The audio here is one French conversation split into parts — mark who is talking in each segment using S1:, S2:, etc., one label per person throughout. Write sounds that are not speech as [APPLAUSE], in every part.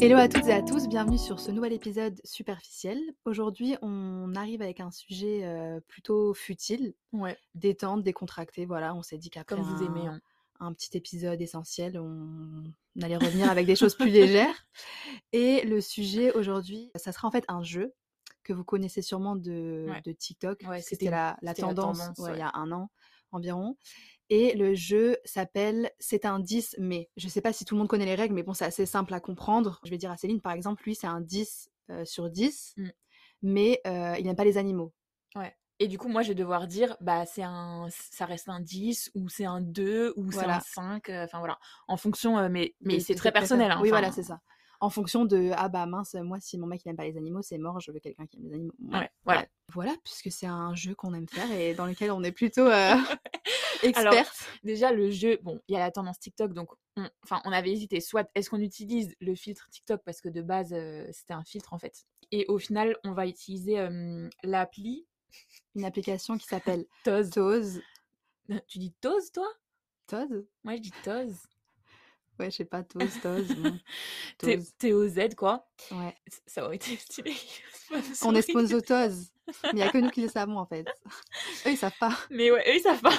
S1: Hello à toutes et à tous, bienvenue sur ce nouvel épisode superficiel. Aujourd'hui, on arrive avec un sujet euh, plutôt futile,
S2: Ouais,
S1: détente, décontracté. Voilà, on s'est dit qu'après
S2: comme vous
S1: un,
S2: aimez. hein.
S1: un petit épisode essentiel, on, on allait revenir avec des choses plus
S2: [LAUGHS]
S1: légères. Et le sujet aujourd'hui, ça sera en fait un jeu que vous connaissez sûrement de,
S2: Ouais.
S1: de TikTok.
S2: Ouais,
S1: C'était
S2: c'était-
S1: la, la
S2: c'était la
S1: tendance
S2: tendance,
S1: ouais, il
S2: ouais.
S1: y a un an environ. Et le jeu s'appelle C'est un 10 mais. Je ne sais pas si tout le monde connaît les règles, mais bon, c'est assez simple à comprendre. Je vais dire à Céline, par exemple, lui, c'est un 10 euh, sur 10,
S2: Mm.
S1: mais euh, il n'aime pas les animaux.
S2: Et du coup, moi, je vais devoir dire, bah, c'est un, ça reste un 10, ou c'est un 2, ou c'est
S1: Voilà.
S2: un 5, euh, enfin voilà, en fonction, euh, mais, mais
S1: de-
S2: c'est
S1: de
S2: très
S1: ses préférences.
S2: personnel. hein,
S1: oui, voilà,
S2: enfin,
S1: c'est ça. En fonction de ah bah mince, moi si mon mec il aime pas les animaux, c'est mort, je veux quelqu'un qui aime les animaux. Ouais.
S2: ouais, voilà.
S1: Ouais. Voilà, puisque c'est un jeu qu'on aime faire et dans lequel on est plutôt euh,
S2: [LAUGHS] Alors,
S1: experte.
S2: Déjà, le jeu, bon, il y a la tendance TikTok, donc on, enfin, on avait hésité. Soit est-ce qu'on utilise le filtre TikTok parce que de base, euh, c'était un filtre en fait. Et au final, on va utiliser euh, l'appli
S1: Une application qui s'appelle
S2: Toz.
S1: Toz.
S2: Tu dis Toz, toi
S1: Toz
S2: Moi, je dis Toz.
S1: Ouais, je sais pas, Toz, Toz.
S2: [LAUGHS]
S1: bon,
S2: T-
S1: Toz.
S2: T-O-Z, quoi.
S1: Ouais.
S2: C- Ça aurait été [LAUGHS] stylé.
S1: On est
S2: sponsorisé.
S1: sponsor Toz. Mais il n'y a que nous qui le savons en
S2: [LAUGHS]
S1: fait. Eux ils savent pas.
S2: Mais ouais, eux, ils savent pas.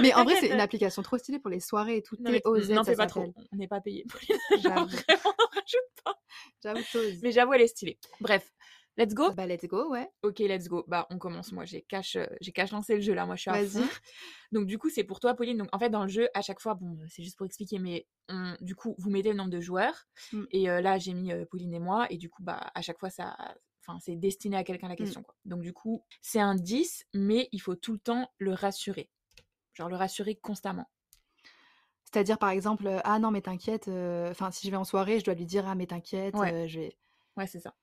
S1: Mais en vrai, c'est
S2: [LAUGHS] T'inquiète.
S1: une application trop stylée pour les soirées et tout.
S2: Non, mais
S1: T-O-Z,
S2: n'en
S1: ça
S2: fais pas trop.
S1: s'appelle.
S2: On n'est pas payé. [LAUGHS]
S1: J'avoue.
S2: Vraiment, on en rajoute pas.
S1: J'avoue, Toz.
S2: Mais j'avoue, elle est stylée. Bref, let's go.
S1: Bah, let's go, ouais.
S2: Ok, let's go. Bah, on commence. Moi, j'ai cash, euh, j'ai cash lancé le jeu là. Moi, je suis à
S1: Vas-y.
S2: fond. Donc, du coup, c'est pour toi, Pauline. Donc, en fait, dans le jeu, à chaque fois, bon, euh, c'est juste pour expliquer, mais on- du coup, vous mettez le nombre de joueurs.
S1: Mm.
S2: Et euh, là, j'ai mis euh, Pauline et moi. Et du coup, bah, à chaque fois, ça. Enfin, c'est destiné à quelqu'un la question. Quoi. Donc, du coup, c'est un 10, mais il faut tout le temps le rassurer. Genre, le rassurer constamment.
S1: C'est-à-dire, par exemple, euh, ah non, mais t'inquiète, euh, enfin, si je vais en soirée, je dois lui dire, ah, mais t'inquiète,
S2: Ouais.
S1: euh, je vais.
S2: Ouais, c'est ça.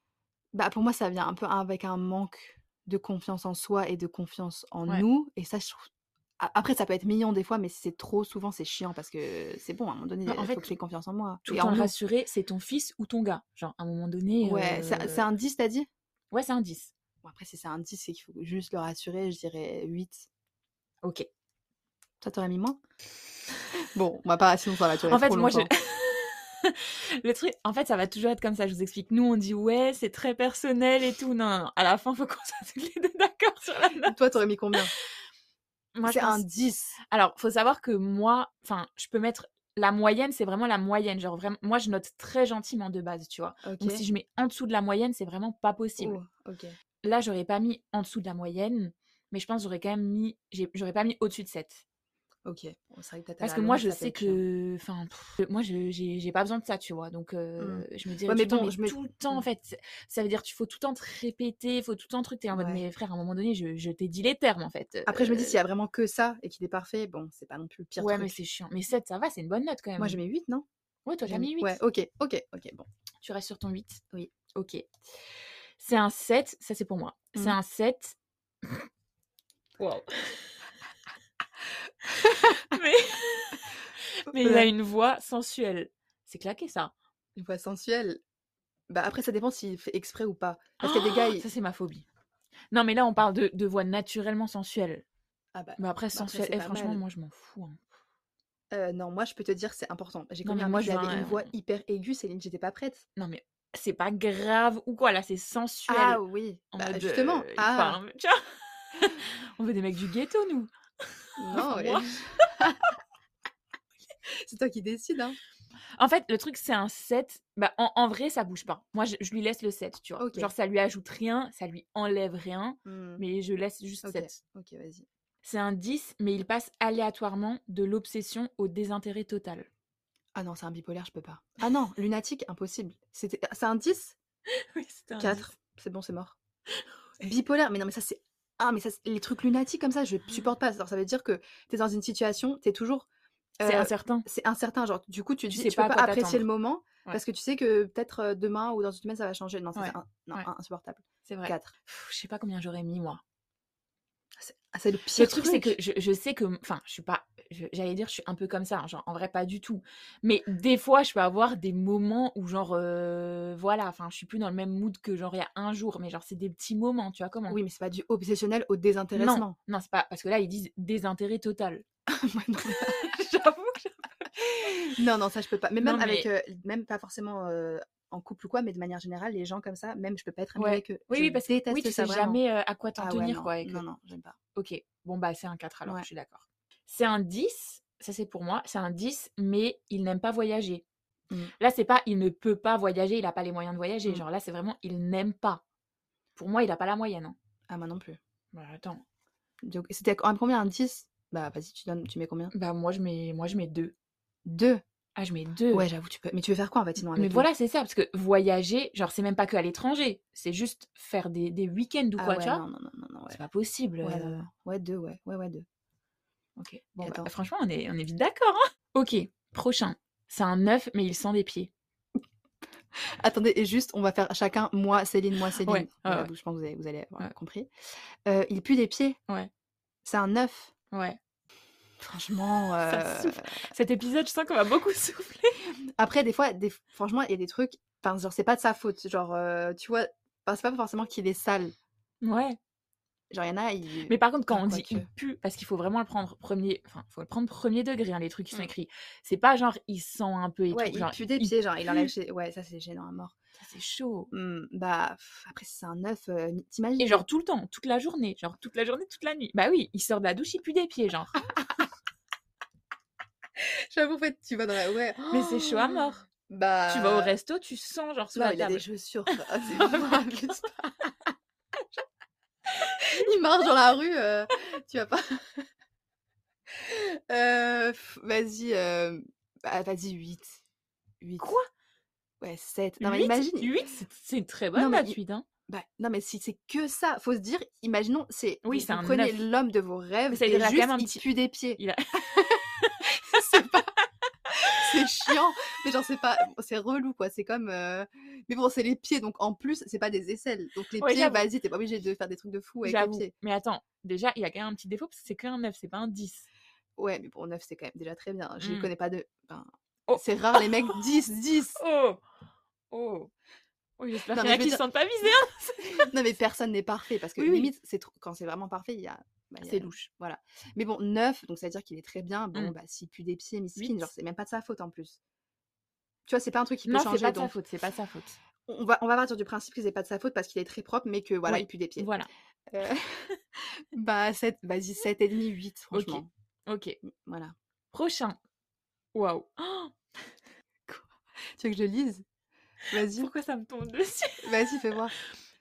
S1: Bah, pour moi, ça vient un peu avec un manque de confiance en soi et de confiance en
S2: Ouais.
S1: nous. Et ça, je trouve. A- Après, ça peut être mignon des fois, mais si c'est trop souvent, c'est chiant parce que c'est bon, à un moment donné,
S2: Non, en
S1: en
S2: fait,
S1: fait, que j'ai confiance en moi.
S2: tout
S1: et
S2: le temps
S1: en
S2: le
S1: nous.
S2: rassurer, c'est ton fils ou ton gars. Genre, à un moment donné.
S1: Ouais, c'est
S2: euh,
S1: c'est un 10, t'as dit
S2: Ouais, c'est un 10.
S1: Bon, Après, si c'est un 10, c'est qu'il faut juste le rassurer, je dirais 8.
S2: Ok.
S1: Toi, t'aurais mis
S2: [LAUGHS]
S1: moins Bon, on va pas, sinon ça va durer
S2: En fait,
S1: trop
S2: moi, je... [LAUGHS]
S1: longtemps.
S2: le truc, en fait, ça va toujours être comme ça. Je vous explique. Nous, on dit ouais, c'est très personnel et tout. Non, non, non. À la fin, faut qu'on [LAUGHS] soit tous les deux d'accord sur la note.
S1: Toi, t'aurais mis combien
S2: Moi, je
S1: C'est un
S2: pense-
S1: 10.
S2: Alors, faut savoir que moi, enfin, je peux mettre la moyenne. C'est vraiment la moyenne. Genre vraiment, moi, je note très gentiment de base, tu vois.
S1: Ok.
S2: Donc, si je mets en dessous de la moyenne, c'est vraiment pas possible.
S1: Oh, ok.
S2: Là, j'aurais pas mis en dessous de la moyenne, mais je pense que j'aurais quand même mis, j'ai- j'aurais pas mis au-dessus de 7.
S1: Ok. Bon, c'est vrai que peut-être à
S2: Parce
S1: la
S2: que moi,
S1: longue,
S2: je
S1: ça peut
S2: sais
S1: être chiant.
S2: que. Enfin, pff, je- moi, je- j'ai j'ai pas besoin de ça, tu vois. Donc, euh, je me dirais.
S1: Mmh. mais
S2: tout le temps,
S1: bon,
S2: mais
S1: je me-
S2: tout le temps, en
S1: Mm.
S2: fait. c'est- Ça veut dire qu'il faut tout le temps te répéter, il faut tout le temps truc. T'es en mode,
S1: Ouais.
S2: mais frère, à un moment donné, je, je t'ai dit les termes, en fait.
S1: Après, je me dis,
S2: euh,
S1: s'il y a vraiment que ça et qu'il est parfait, bon, c'est pas non plus le pire
S2: Ouais, mais
S1: truc.
S2: c'est chiant. Mais 7, ça va, c'est une bonne note quand même.
S1: Moi, j'ai mis 8, non
S2: Ouais, toi,
S1: J'ai
S2: t'as mis 8.
S1: Ouais, ok, ok, ok, bon.
S2: Tu restes sur ton 8.
S1: Oui.
S2: Ok. C'est un 7, ça, c'est pour moi. C'est
S1: Mhm.
S2: un [LAUGHS] 7.
S1: [LAUGHS]
S2: Wow. mais mais il a
S1: Ouais.
S2: une voix sensuelle. C'est claqué, ça.
S1: Une voix sensuelle. Bah, après, ça dépend s'il fait exprès ou pas. Parce qu'il y a des gars,
S2: Oh,
S1: ils-
S2: Ça, c'est ma phobie. Non, mais là, on parle de, de voix naturellement sensuelle.
S1: Ah bah,
S2: Mais après,
S1: après,
S2: sensuelle,
S1: c'est
S2: eh,
S1: pas
S2: franchement,
S1: mal.
S2: moi, je m'en fous. hein.
S1: euh, non, moi, je peux te dire, c'est important. J'ai
S2: Non,
S1: connu
S2: mais
S1: un
S2: moi,
S1: mec
S2: je
S1: qui
S2: veux hein.
S1: avait
S2: un-
S1: une voix hyper aiguë, Céline, j'étais pas prête.
S2: Non, mais c'est pas grave ou quoi, là, c'est sensuel.
S1: Ah oui,
S2: En
S1: bah,
S2: mode,
S1: justement.
S2: euh, il
S1: Ah,
S2: [LAUGHS] parle, tu vois. on veut des mecs du ghetto, nous.
S1: non,
S2: Enfin,
S1: et-
S2: moi. [LAUGHS]
S1: [LAUGHS] c'est toi qui décides, hein.
S2: En fait, le truc, c'est un 7. Bah, en, en vrai, ça bouge pas. Moi, je, je lui laisse le 7, tu vois.
S1: Ok.
S2: Genre, ça lui ajoute rien, ça lui enlève rien,
S1: Hmm,
S2: mais je laisse juste
S1: Ok.
S2: 7.
S1: Ok, vas-y.
S2: C'est un 10, mais il passe aléatoirement de l'obsession au désintérêt total.
S1: [LAUGHS] Ah non, c'est un bipolaire, je peux pas. Ah non, lunatique, impossible. C'était- C'est un 10
S2: Oui, c'est un
S1: 4. C'est bon, c'est mort.
S2: [LAUGHS] Ouais.
S1: Bipolaire, mais non, mais ça c'est. Ah, mais ça, c'est- les trucs lunatiques comme ça, je
S2: Ah.
S1: supporte pas. Alors, ça veut dire que t'es dans une situation, t'es toujours.
S2: C'est
S1: euh,
S2: incertain.
S1: c'est incertain. Genre, du coup, tu,
S2: Tu
S1: dis,
S2: sais
S1: tu peux
S2: pas à
S1: pas
S2: quoi
S1: apprécier le
S2: t'attendre.
S1: moment
S2: Ouais.
S1: parce que tu sais que peut-être euh, demain ou dans une semaine ça va changer. Non, ça,
S2: Ouais.
S1: c'est un- non,
S2: Ouais.
S1: un- insupportable.
S2: C'est vrai.
S1: 4.
S2: Pff, Je sais pas combien j'aurais mis moi.
S1: C'est ah, c'est le pire
S2: Le truc, c'est que je, je sais que, enfin, je suis pas, je- j'allais dire, je suis un peu comme ça. hein, genre, en vrai, pas du tout. Mais des fois, je peux avoir des moments où, genre, euh, voilà, enfin, je suis plus dans le même mood que genre il y a un jour. Mais genre, c'est des petits moments, tu vois comment
S1: Oui, mais c'est pas du obsessionnel au désintéressement.
S2: Non, c'est pas parce que là, ils disent désintérêt total.
S1: [LAUGHS]
S2: [LAUGHS]
S1: Ouais, non.
S2: J'avoue. que-
S1: non, non, ça je peux pas. Mais même
S2: Non, mais-
S1: avec. euh, même pas forcément euh, en couple ou quoi, mais de manière générale, les gens comme ça, même je peux pas être amie
S2: Ouais.
S1: avec eux.
S2: Oui,
S1: Je
S2: oui, parce que
S1: déteste
S2: oui, tu
S1: ça
S2: sais
S1: vraiment.
S2: jamais euh, à quoi t'en
S1: Ah ouais,
S2: tenir,
S1: non,
S2: quoi. avec
S1: non,
S2: le-
S1: non, j'aime pas.
S2: Ok, bon, bah, c'est un 4 alors,
S1: Ouais.
S2: je suis d'accord. C'est un 10, ça c'est pour moi, c'est un 10, mais il n'aime pas voyager.
S1: Mm.
S2: Là, c'est pas il ne peut pas voyager, il n'a pas les moyens de voyager.
S1: Mm.
S2: Genre là, c'est vraiment il n'aime pas. Pour moi, il n'a pas la moyenne. hein.
S1: Ah, moi non plus.
S2: Bah, attends.
S1: Donc, c'était à combien un 10 Bah, vas-y, tu, donnes, tu mets combien
S2: Bah, moi, je mets, moi, je mets 2.
S1: 2
S2: Ah, je mets 2.
S1: Ouais, j'avoue, tu peux. Mais tu veux faire quoi en fait sinon avec
S2: Mais
S1: eux
S2: voilà, c'est ça, parce que voyager, genre, c'est même pas que à l'étranger, c'est juste faire des, des week-ends ou
S1: Ah
S2: quoi,
S1: ouais,
S2: tu vois.
S1: non, non, non, non, non, ouais.
S2: C'est pas possible.
S1: Ouais,
S2: euh,
S1: non, non. ouais, deux, ouais, ouais, ouais, deux.
S2: Ok. Bon,
S1: Attends.
S2: bah, franchement, on est, on est vite d'accord. hein. ok, prochain. C'est un 9, mais il sent des pieds.
S1: Attendez, et juste, on va faire chacun, moi, Céline, moi, Céline.
S2: ouais,
S1: Voilà,
S2: ouais.
S1: vous- Je pense que vous avez, vous allez avoir
S2: Ouais.
S1: compris. Euh, il pue des pieds.
S2: Ouais.
S1: C'est un neuf.
S2: Ouais.
S1: Franchement.
S2: Ça
S1: euh,
S2: souffle. Cet épisode, je sens qu'on va beaucoup [LAUGHS] souffler.
S1: Après, des fois, des... franchement, il y a des trucs. Enfin, genre, c'est pas de sa faute. Genre, euh, tu vois, enfin, c'est pas forcément qu'il est sale.
S2: Ouais.
S1: Genre, il y en a, il.
S2: Mais par contre, quand
S1: Ah,
S2: on dit
S1: quoique.
S2: il pue, parce qu'il faut vraiment le prendre premier, enfin, faut le prendre premier degré, hein, les trucs qui sont
S1: Mm.
S2: écrits. C'est pas genre il sent un peu et
S1: ouais,
S2: tout.
S1: il
S2: genre,
S1: pue des
S2: il-
S1: pieds, genre, il enlève.
S2: pue.
S1: chez- Ouais, ça, c'est gênant à mort.
S2: Ça, c'est chaud.
S1: Hmm, bah, pff, après, si c'est un neuf, euh, t'imagines
S2: Et genre tout le temps, toute la journée, genre toute la journée, toute la nuit. Bah oui, il sort de la douche, il pue des pieds, genre.
S1: Ah. J'avoue, en fait, tu vas dans la. Ouais.
S2: Mais c'est chaud à mort.
S1: Bah.
S2: Tu vas au resto, tu sens genre sous
S1: Non,
S2: la
S1: il a
S2: table.
S1: des chaussures.
S2: [LAUGHS]
S1: quoi. Ah, c'est bon, [LAUGHS] abuse pas. il marche dans la rue, euh, tu vas pas. [LAUGHS] Euh, pff, vas-y, euh, bah, vas-y 8. 8.
S2: Quoi
S1: Ouais, 7. Non, mais
S2: 8,
S1: imagine.
S2: c'est une très
S1: Non,
S2: bonne
S1: mais
S2: la
S1: il-
S2: suite, hein.
S1: Bah, non, mais si c'est que ça, faut se dire, imaginons, c'est.
S2: Oui,
S1: vous-
S2: c'est
S1: vous
S2: un
S1: Prenez
S2: neuf.
S1: l'homme de vos rêves,
S2: Mais ça veut
S1: et
S2: dire qu'il
S1: juste,
S2: y a quand même un
S1: il
S2: petit-
S1: pue des pieds.
S2: il a-
S1: [LAUGHS] c'est pas. C'est chiant, mais genre c'est pas, c'est relou quoi. C'est comme, euh, mais bon c'est les pieds donc en plus c'est pas des aisselles donc les
S2: Ouais,
S1: pieds
S2: j'avoue.
S1: vas-y t'es pas obligé de faire des trucs de fou avec les
S2: J'avoue.
S1: pieds.
S2: Mais attends, déjà, il y a quand même un petit défaut parce que c'est qu'un 9, c'est pas un 10.
S1: Ouais mais bon neuf c'est quand même déjà très bien. hein. Je
S2: Mm.
S1: connais pas de, enfin,
S2: Oh.
S1: c'est rare les
S2: [LAUGHS]
S1: mecs 10 10.
S2: Oh Oh Oui, j'espère
S1: Non,
S2: qu'il y
S1: mais je
S2: en a
S1: veux
S2: qui se
S1: dire-
S2: sentent pas visés.
S1: Non mais personne n'est parfait parce que
S2: Oui, oui.
S1: limite c'est trop- quand c'est vraiment parfait il y a. bah, il y a-
S2: C'est louche.
S1: Mais bon neuf donc ça veut dire qu'il est très bien. Bon
S2: Mm.
S1: bah s'il pue des pieds miskin
S2: Huit.
S1: genre c'est même pas de sa faute en plus. Tu vois c'est pas un truc qui peut
S2: Non, c'est
S1: changer
S2: pas de sa
S1: donc
S2: faute, c'est pas de sa faute.
S1: on va on va partir du principe que c'est pas de sa faute parce qu'il est très propre mais que voilà
S2: Oui.
S1: il pue des pieds.
S2: Voilà.
S1: Euh, bah, 7, vas-y, 7,5, 8,
S2: Ok.
S1: franchement.
S2: Ok.
S1: Voilà.
S2: Prochain. Waouh. Oh,
S1: Tu veux que je lise Vas-y,
S2: pourquoi ça me tombe dessus [LAUGHS]
S1: vas-y, fais voir.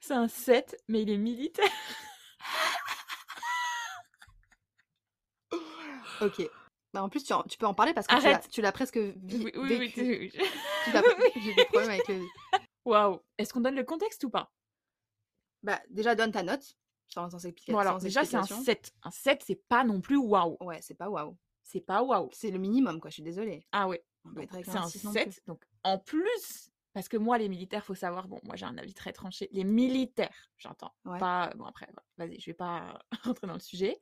S2: C'est un 7, mais il est militaire.
S1: Ok. Bah, en plus, tu, en- tu peux en parler parce que tu l'as-
S2: Arrête.
S1: tu l'as presque
S2: [LAUGHS]
S1: vi-
S2: Oui, oui, oui.
S1: vécu.
S2: oui, oui. [LAUGHS]
S1: Tu l'as-
S2: oui.
S1: J'ai des problèmes avec le...
S2: Waouh. Est-ce qu'on donne le contexte ou pas
S1: Bah, déjà, donne ta note. Sans, sans explica-
S2: Bon, alors,
S1: sans
S2: déjà, c'est un
S1: explication.
S2: 7. Un 7, c'est pas non plus waouh.
S1: Ouais, c'est pas waouh.
S2: C'est pas waouh.
S1: C'est le minimum, quoi, je suis désolée.
S2: Ah ouais.
S1: On peut
S2: Donc,
S1: être avec
S2: C'est un
S1: six non plus.
S2: 7. Donc, en plus, parce que moi, les militaires, faut savoir, bon, moi, j'ai un avis très tranché. Les militaires, j'entends.
S1: Ouais.
S2: Pas, bon, après, voilà, vas-y, je vais pas [LAUGHS] rentrer dans le sujet.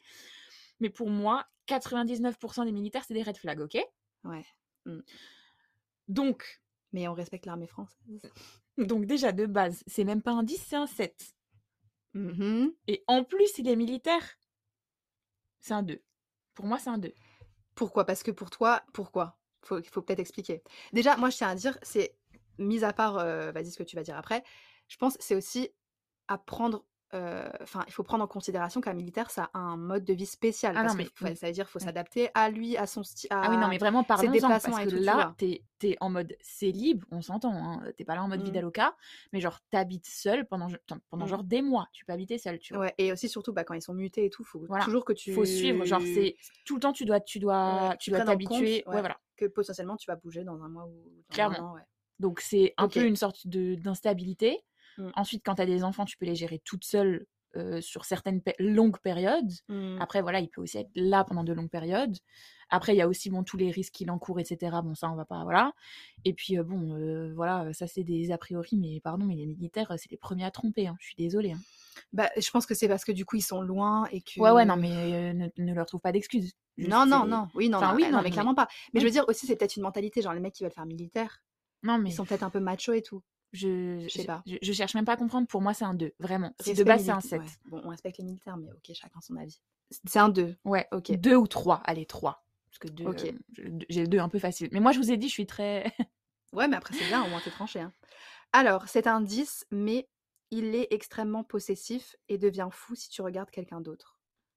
S2: Mais pour moi, 99% des militaires, c'est des red flags, ok
S1: Ouais. Mm.
S2: Donc,
S1: Mais on respecte l'armée française.
S2: donc déjà, de base, c'est même pas un 10, c'est un 7.
S1: Mhm.
S2: Et en plus, il est militaire. C'est un 2. Pour moi, c'est un 2.
S1: Pourquoi Parce que pour toi, pourquoi Faut, faut peut-être expliquer. Déjà, moi, je tiens à dire, c'est mis à part, euh, vas-y, ce que tu vas dire après. Je pense c'est aussi à prendre, euh, enfin, il faut prendre en considération qu'un militaire, ça a un mode de vie spécial.
S2: Ah
S1: parce
S2: non,
S1: que
S2: mais
S1: faut-
S2: oui.
S1: ça veut dire, faut
S2: Ouais.
S1: s'adapter à lui, à son style.
S2: Ah oui, non, mais vraiment, parlons parce
S1: déplacements et
S2: que
S1: tout, tu vois.
S2: là, t'es es en mode, c'est libre, on s'entend, hein, t'es pas là en mode
S1: Mm.
S2: vida loca, mais genre, t'habites seul pendant, je- t'en- pendant
S1: Mm.
S2: genre des mois, tu peux habiter seul, tu vois.
S1: Ouais, et aussi surtout, bah, quand ils sont mutés et tout, faut
S2: Voilà.
S1: toujours que tu.
S2: Faut suivre, genre, c'est tout le temps, tu dois tu
S1: Ouais,
S2: dois, tu
S1: tu
S2: dois
S1: prennes en compte,
S2: t'habituer, ouais.
S1: ouais.
S2: voilà.
S1: que potentiellement tu vas bouger dans un mois ou dans un
S2: Clairement.
S1: an. ouais.
S2: Donc, c'est un
S1: Ok.
S2: peu une sorte de- d'instabilité.
S1: Mm.
S2: Ensuite, quand t'as des enfants, tu peux les gérer toute seule euh, sur certaines pé- longues périodes.
S1: Mm.
S2: Après, voilà, il peut aussi être là pendant de longues périodes. Après, il y a aussi bon tous les risques qu'il encourt, etc. Bon, ça, on va pas, voilà. Et puis, euh, bon, euh, voilà, euh, ça c'est des a priori, mais pardon, mais les militaires, euh, c'est les premiers à tromper. hein. Je suis désolée. hein.
S1: Bah, je pense que c'est parce que du coup, ils sont loin et que.
S2: Ouais, ouais, non, mais euh, ne, ne leur trouve pas d'excuses. Juste,
S1: Non, non,
S2: c'est-
S1: non. Oui, non,
S2: Enfin,
S1: non,
S2: oui,
S1: ah,
S2: non,
S1: mais
S2: mais-
S1: clairement pas. Mais je
S2: oui.
S1: veux dire aussi, c'est peut-être une mentalité, genre les mecs qui veulent faire militaire,
S2: Non, mais
S1: ils sont peut-être un peu machos et tout.
S2: je,
S1: je sais pas.
S2: Je, je cherche même pas à comprendre. Pour moi, c'est un 2, vraiment. Si
S1: Respect
S2: de base, c'est un
S1: milita-
S2: 7.
S1: ouais. Bon, on respecte les militaires, mais ok, chacun son avis. C'est un 2.
S2: Ouais,
S1: Ok.
S2: ok. 2 ou 3, allez, 3. Parce que euh, 2,
S1: Ok.
S2: j'ai le 2 un peu facile. Mais moi, je vous ai dit, je suis très. [LAUGHS]
S1: Ouais, mais après, c'est bien, au moins t'es tranché. hein. Alors, c'est un 10, mais il est extrêmement possessif et devient fou si tu regardes quelqu'un d'autre.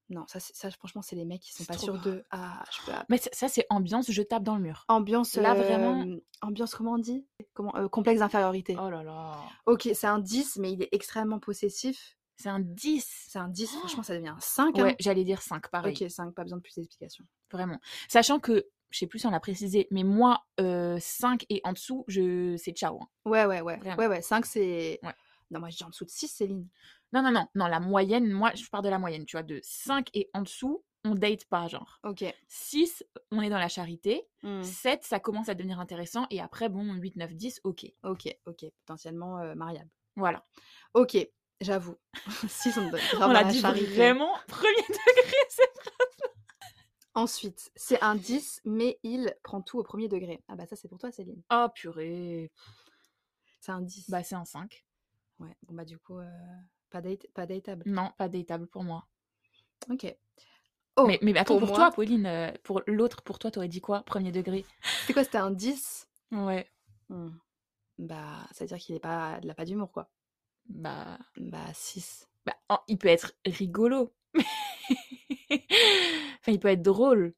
S1: Non, ça, c'est- ça franchement, c'est les mecs qui sont
S2: C'est
S1: pas
S2: trop
S1: sûrs
S2: grave.
S1: d'eux. Ah, je peux pas.
S2: Mais ça, ça, c'est ambiance, je tape dans le mur.
S1: Ambiance.
S2: Là,
S1: euh,
S2: vraiment-
S1: ambiance, comment on dit comment, euh, Complexe d'infériorité.
S2: Oh là là.
S1: Ok, c'est un 10, mais il est extrêmement possessif.
S2: C'est un 10.
S1: C'est un 10, franchement, ça devient un 5.
S2: Ouais, j'allais dire 5, pareil.
S1: Ok, 5, pas besoin de plus d'explications.
S2: Vraiment. Sachant que, je sais plus si on l'a précisé, mais moi, 5 et en dessous, je... c'est ciao. hein.
S1: Ouais, ouais, ouais.
S2: Vraiment.
S1: Ouais, ouais, 5, c'est.
S2: Ouais.
S1: Non, moi, je dis en dessous de 6, Céline.
S2: Non, non, non, non, la moyenne, moi, je pars de la moyenne, tu vois, de 5 et en dessous, on date pas, genre.
S1: Ok.
S2: 6, on est dans la charité.
S1: Hmm.
S2: 7, ça commence à devenir intéressant. Et après, bon, 8, 9, 10, ok.
S1: Ok, ok, potentiellement euh, mariable.
S2: Voilà.
S1: Ok, j'avoue. [LAUGHS] 6, on me donne grave
S2: [LAUGHS]
S1: dans
S2: on l'a
S1: la
S2: dit
S1: charité.
S2: vraiment [LAUGHS] premier degré. c'est-
S1: Ensuite, c'est un 10, mais il prend tout au premier degré. Ah bah ça, c'est pour toi, Céline.
S2: Oh, purée.
S1: C'est un 10.
S2: Bah, c'est un 5.
S1: Ouais, bon bah du coup, euh, pas, date, pas dateable.
S2: Non, pas dateable pour moi. Mmh.
S1: Ok. Oh,
S2: mais, mais attends,
S1: pour
S2: pour,
S1: moi-
S2: toi, Pauline, euh, pour l'autre, pour toi, t'aurais dit quoi Premier degré
S1: c'est quoi C'était un 10
S2: Ouais.
S1: Hmm. Bah, ça veut dire qu'il est pas, il a pas d'humour, quoi.
S2: Bah,
S1: Bah, 6.
S2: bah, oh, il peut être rigolo. [LAUGHS] enfin, il peut être drôle.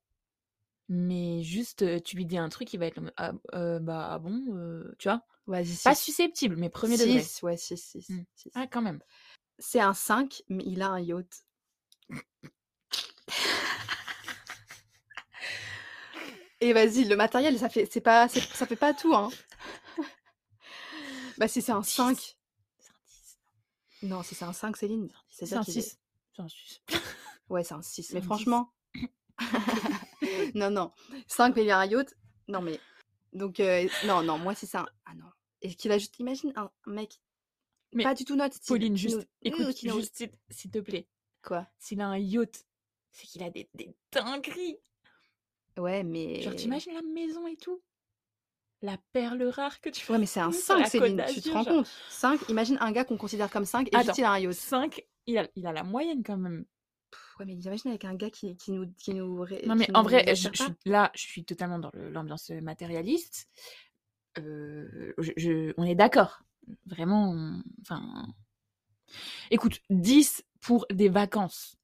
S2: Mais juste, euh, tu lui dis un truc, il va être. en mode, Ah, euh, bah, ah bon, euh, tu vois
S1: Ouais,
S2: Pas susceptible, mais premier degré.
S1: 6, ouais, 6, 6.
S2: Hmm. Ah, quand même.
S1: C'est un 5, mais il a un yacht. Et vas-y, le matériel, ça fait, c'est pas, c'est- ça fait pas
S2: [LAUGHS]
S1: tout, hein. bah si c'est un 5. Non, si c'est un 5, Céline.
S2: C'est
S1: C'est-à-dire
S2: un
S1: qu'il est-
S2: 6. C'est un 6.
S1: Ouais, c'est un 6.
S2: un
S1: Mais
S2: 10.
S1: franchement. [LAUGHS]
S2: [LAUGHS]
S1: non, non. 5, mais il a un yacht. Non, mais. Donc, euh, non, non, moi, si c'est un. Ah non. Et qu'il a juste. Imagine un mec.
S2: Mais
S1: pas du tout notre style.
S2: Pauline,
S1: qui
S2: juste,
S1: nous-
S2: écoute,
S1: qui nous-
S2: juste, s'il- s'il te plaît.
S1: Quoi
S2: S'il a un yacht, c'est qu'il a des, des dingueries.
S1: Ouais, mais.
S2: Genre, t'imagines la maison et tout La perle rare que tu
S1: Ouais,
S2: [LAUGHS]
S1: mais c'est un
S2: Nous, sur la
S1: 5,
S2: Côte
S1: Céline, tu te
S2: d'Azur,
S1: rends
S2: genre.
S1: compte 5, imagine un gars qu'on considère comme 5 et
S2: Attends.
S1: juste il a un yacht.
S2: 5, il a, il a la moyenne quand même.
S1: Pff, Ouais, mais imagine avec un gars qui, qui nous, qui nous. ré-
S2: Non, mais
S1: qui
S2: en
S1: nous
S2: vrai, je,
S1: attire
S2: je
S1: pas.
S2: suis- là, je suis totalement dans le- l'ambiance matérialiste. Euh, je- je- on est d'accord. Vraiment, on- enfin. Écoute, 10 pour des vacances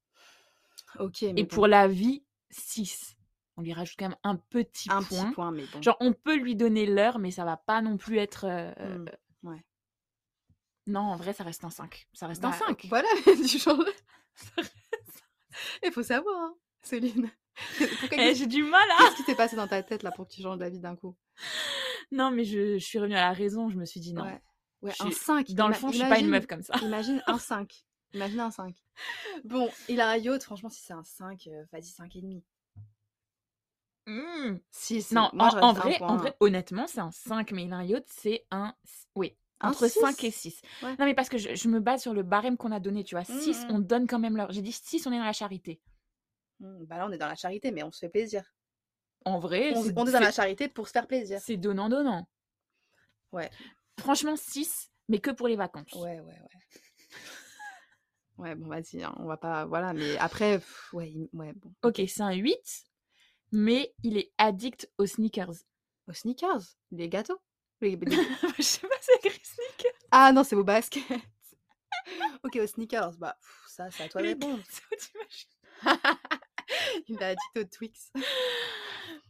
S1: Ok, mais
S2: et
S1: bon,
S2: pour la vie, 6. On lui rajoute quand même un petit
S1: un
S2: point.
S1: petit point, mais bon.
S2: Genre, on peut lui donner l'heure, mais ça va pas non plus être. euh,
S1: Hmm,
S2: euh,
S1: ouais.
S2: Non, en vrai, ça reste un 5. Ça reste un
S1: Mmh. Bah,
S2: 5. [LAUGHS]
S1: Voilà, [LAUGHS] mais du genre. Il faut savoir, hein, Céline. [LAUGHS] Pourquoi-
S2: Eh,
S1: Qu'est-ce
S2: J'ai du mal à.
S1: qu'est-ce qui s'est passé dans ta tête là pour que tu changes d'avis d'un coup
S2: Non, mais je, je suis revenue à la raison. Je me suis dit non.
S1: Ouais. Ouais,
S2: Je
S1: un
S2: suis-
S1: 5.
S2: Dans le fond, je suis pas une meuf comme ça.
S1: Imagine
S2: [LAUGHS]
S1: un 5. Imagine un 5. Bon, il a un yacht, franchement, si c'est un 5, euh, vas-y, 5,5. Mmh.
S2: Hmm.
S1: 6.
S2: Non, en, en vrai, en vrai, honnêtement, c'est un 5, mais il a un yacht, c'est un. Oui.
S1: Un
S2: Entre 5
S1: six.
S2: et 6.
S1: Ouais.
S2: Non, mais parce que je, je me base sur le barème qu'on a donné, tu vois. 6,
S1: Mm, mm.
S2: on donne quand même l'heure. J'ai dit 6, on est dans la charité.
S1: Hmm, Bah là, on est dans la charité, mais on se fait plaisir.
S2: En vrai,
S1: On,
S2: c'est-
S1: on est dans la
S2: c'est-
S1: charité pour se faire plaisir.
S2: c'est donnant-donnant.
S1: Ouais.
S2: Franchement, 6, mais que pour les vacances.
S1: Ouais, ouais, ouais. [LAUGHS] Ouais, bon, vas-y, hein, on va pas. Voilà, mais après, pff, ouais, il- ouais, bon.
S2: Ok, c'est un 8, mais il est addict aux sneakers. [LAUGHS]
S1: Aux sneakers, les gâteaux. les- les-
S2: je sais pas, c'est écrit sneakers.
S1: Ah non, c'est vos baskets. [LAUGHS] ok, aux sneakers, bah, pff, ça, c'est à toi de
S2: Les [LAUGHS]
S1: répondre.
S2: gâteaux, t'imagines
S1: Il a dit aux Twix.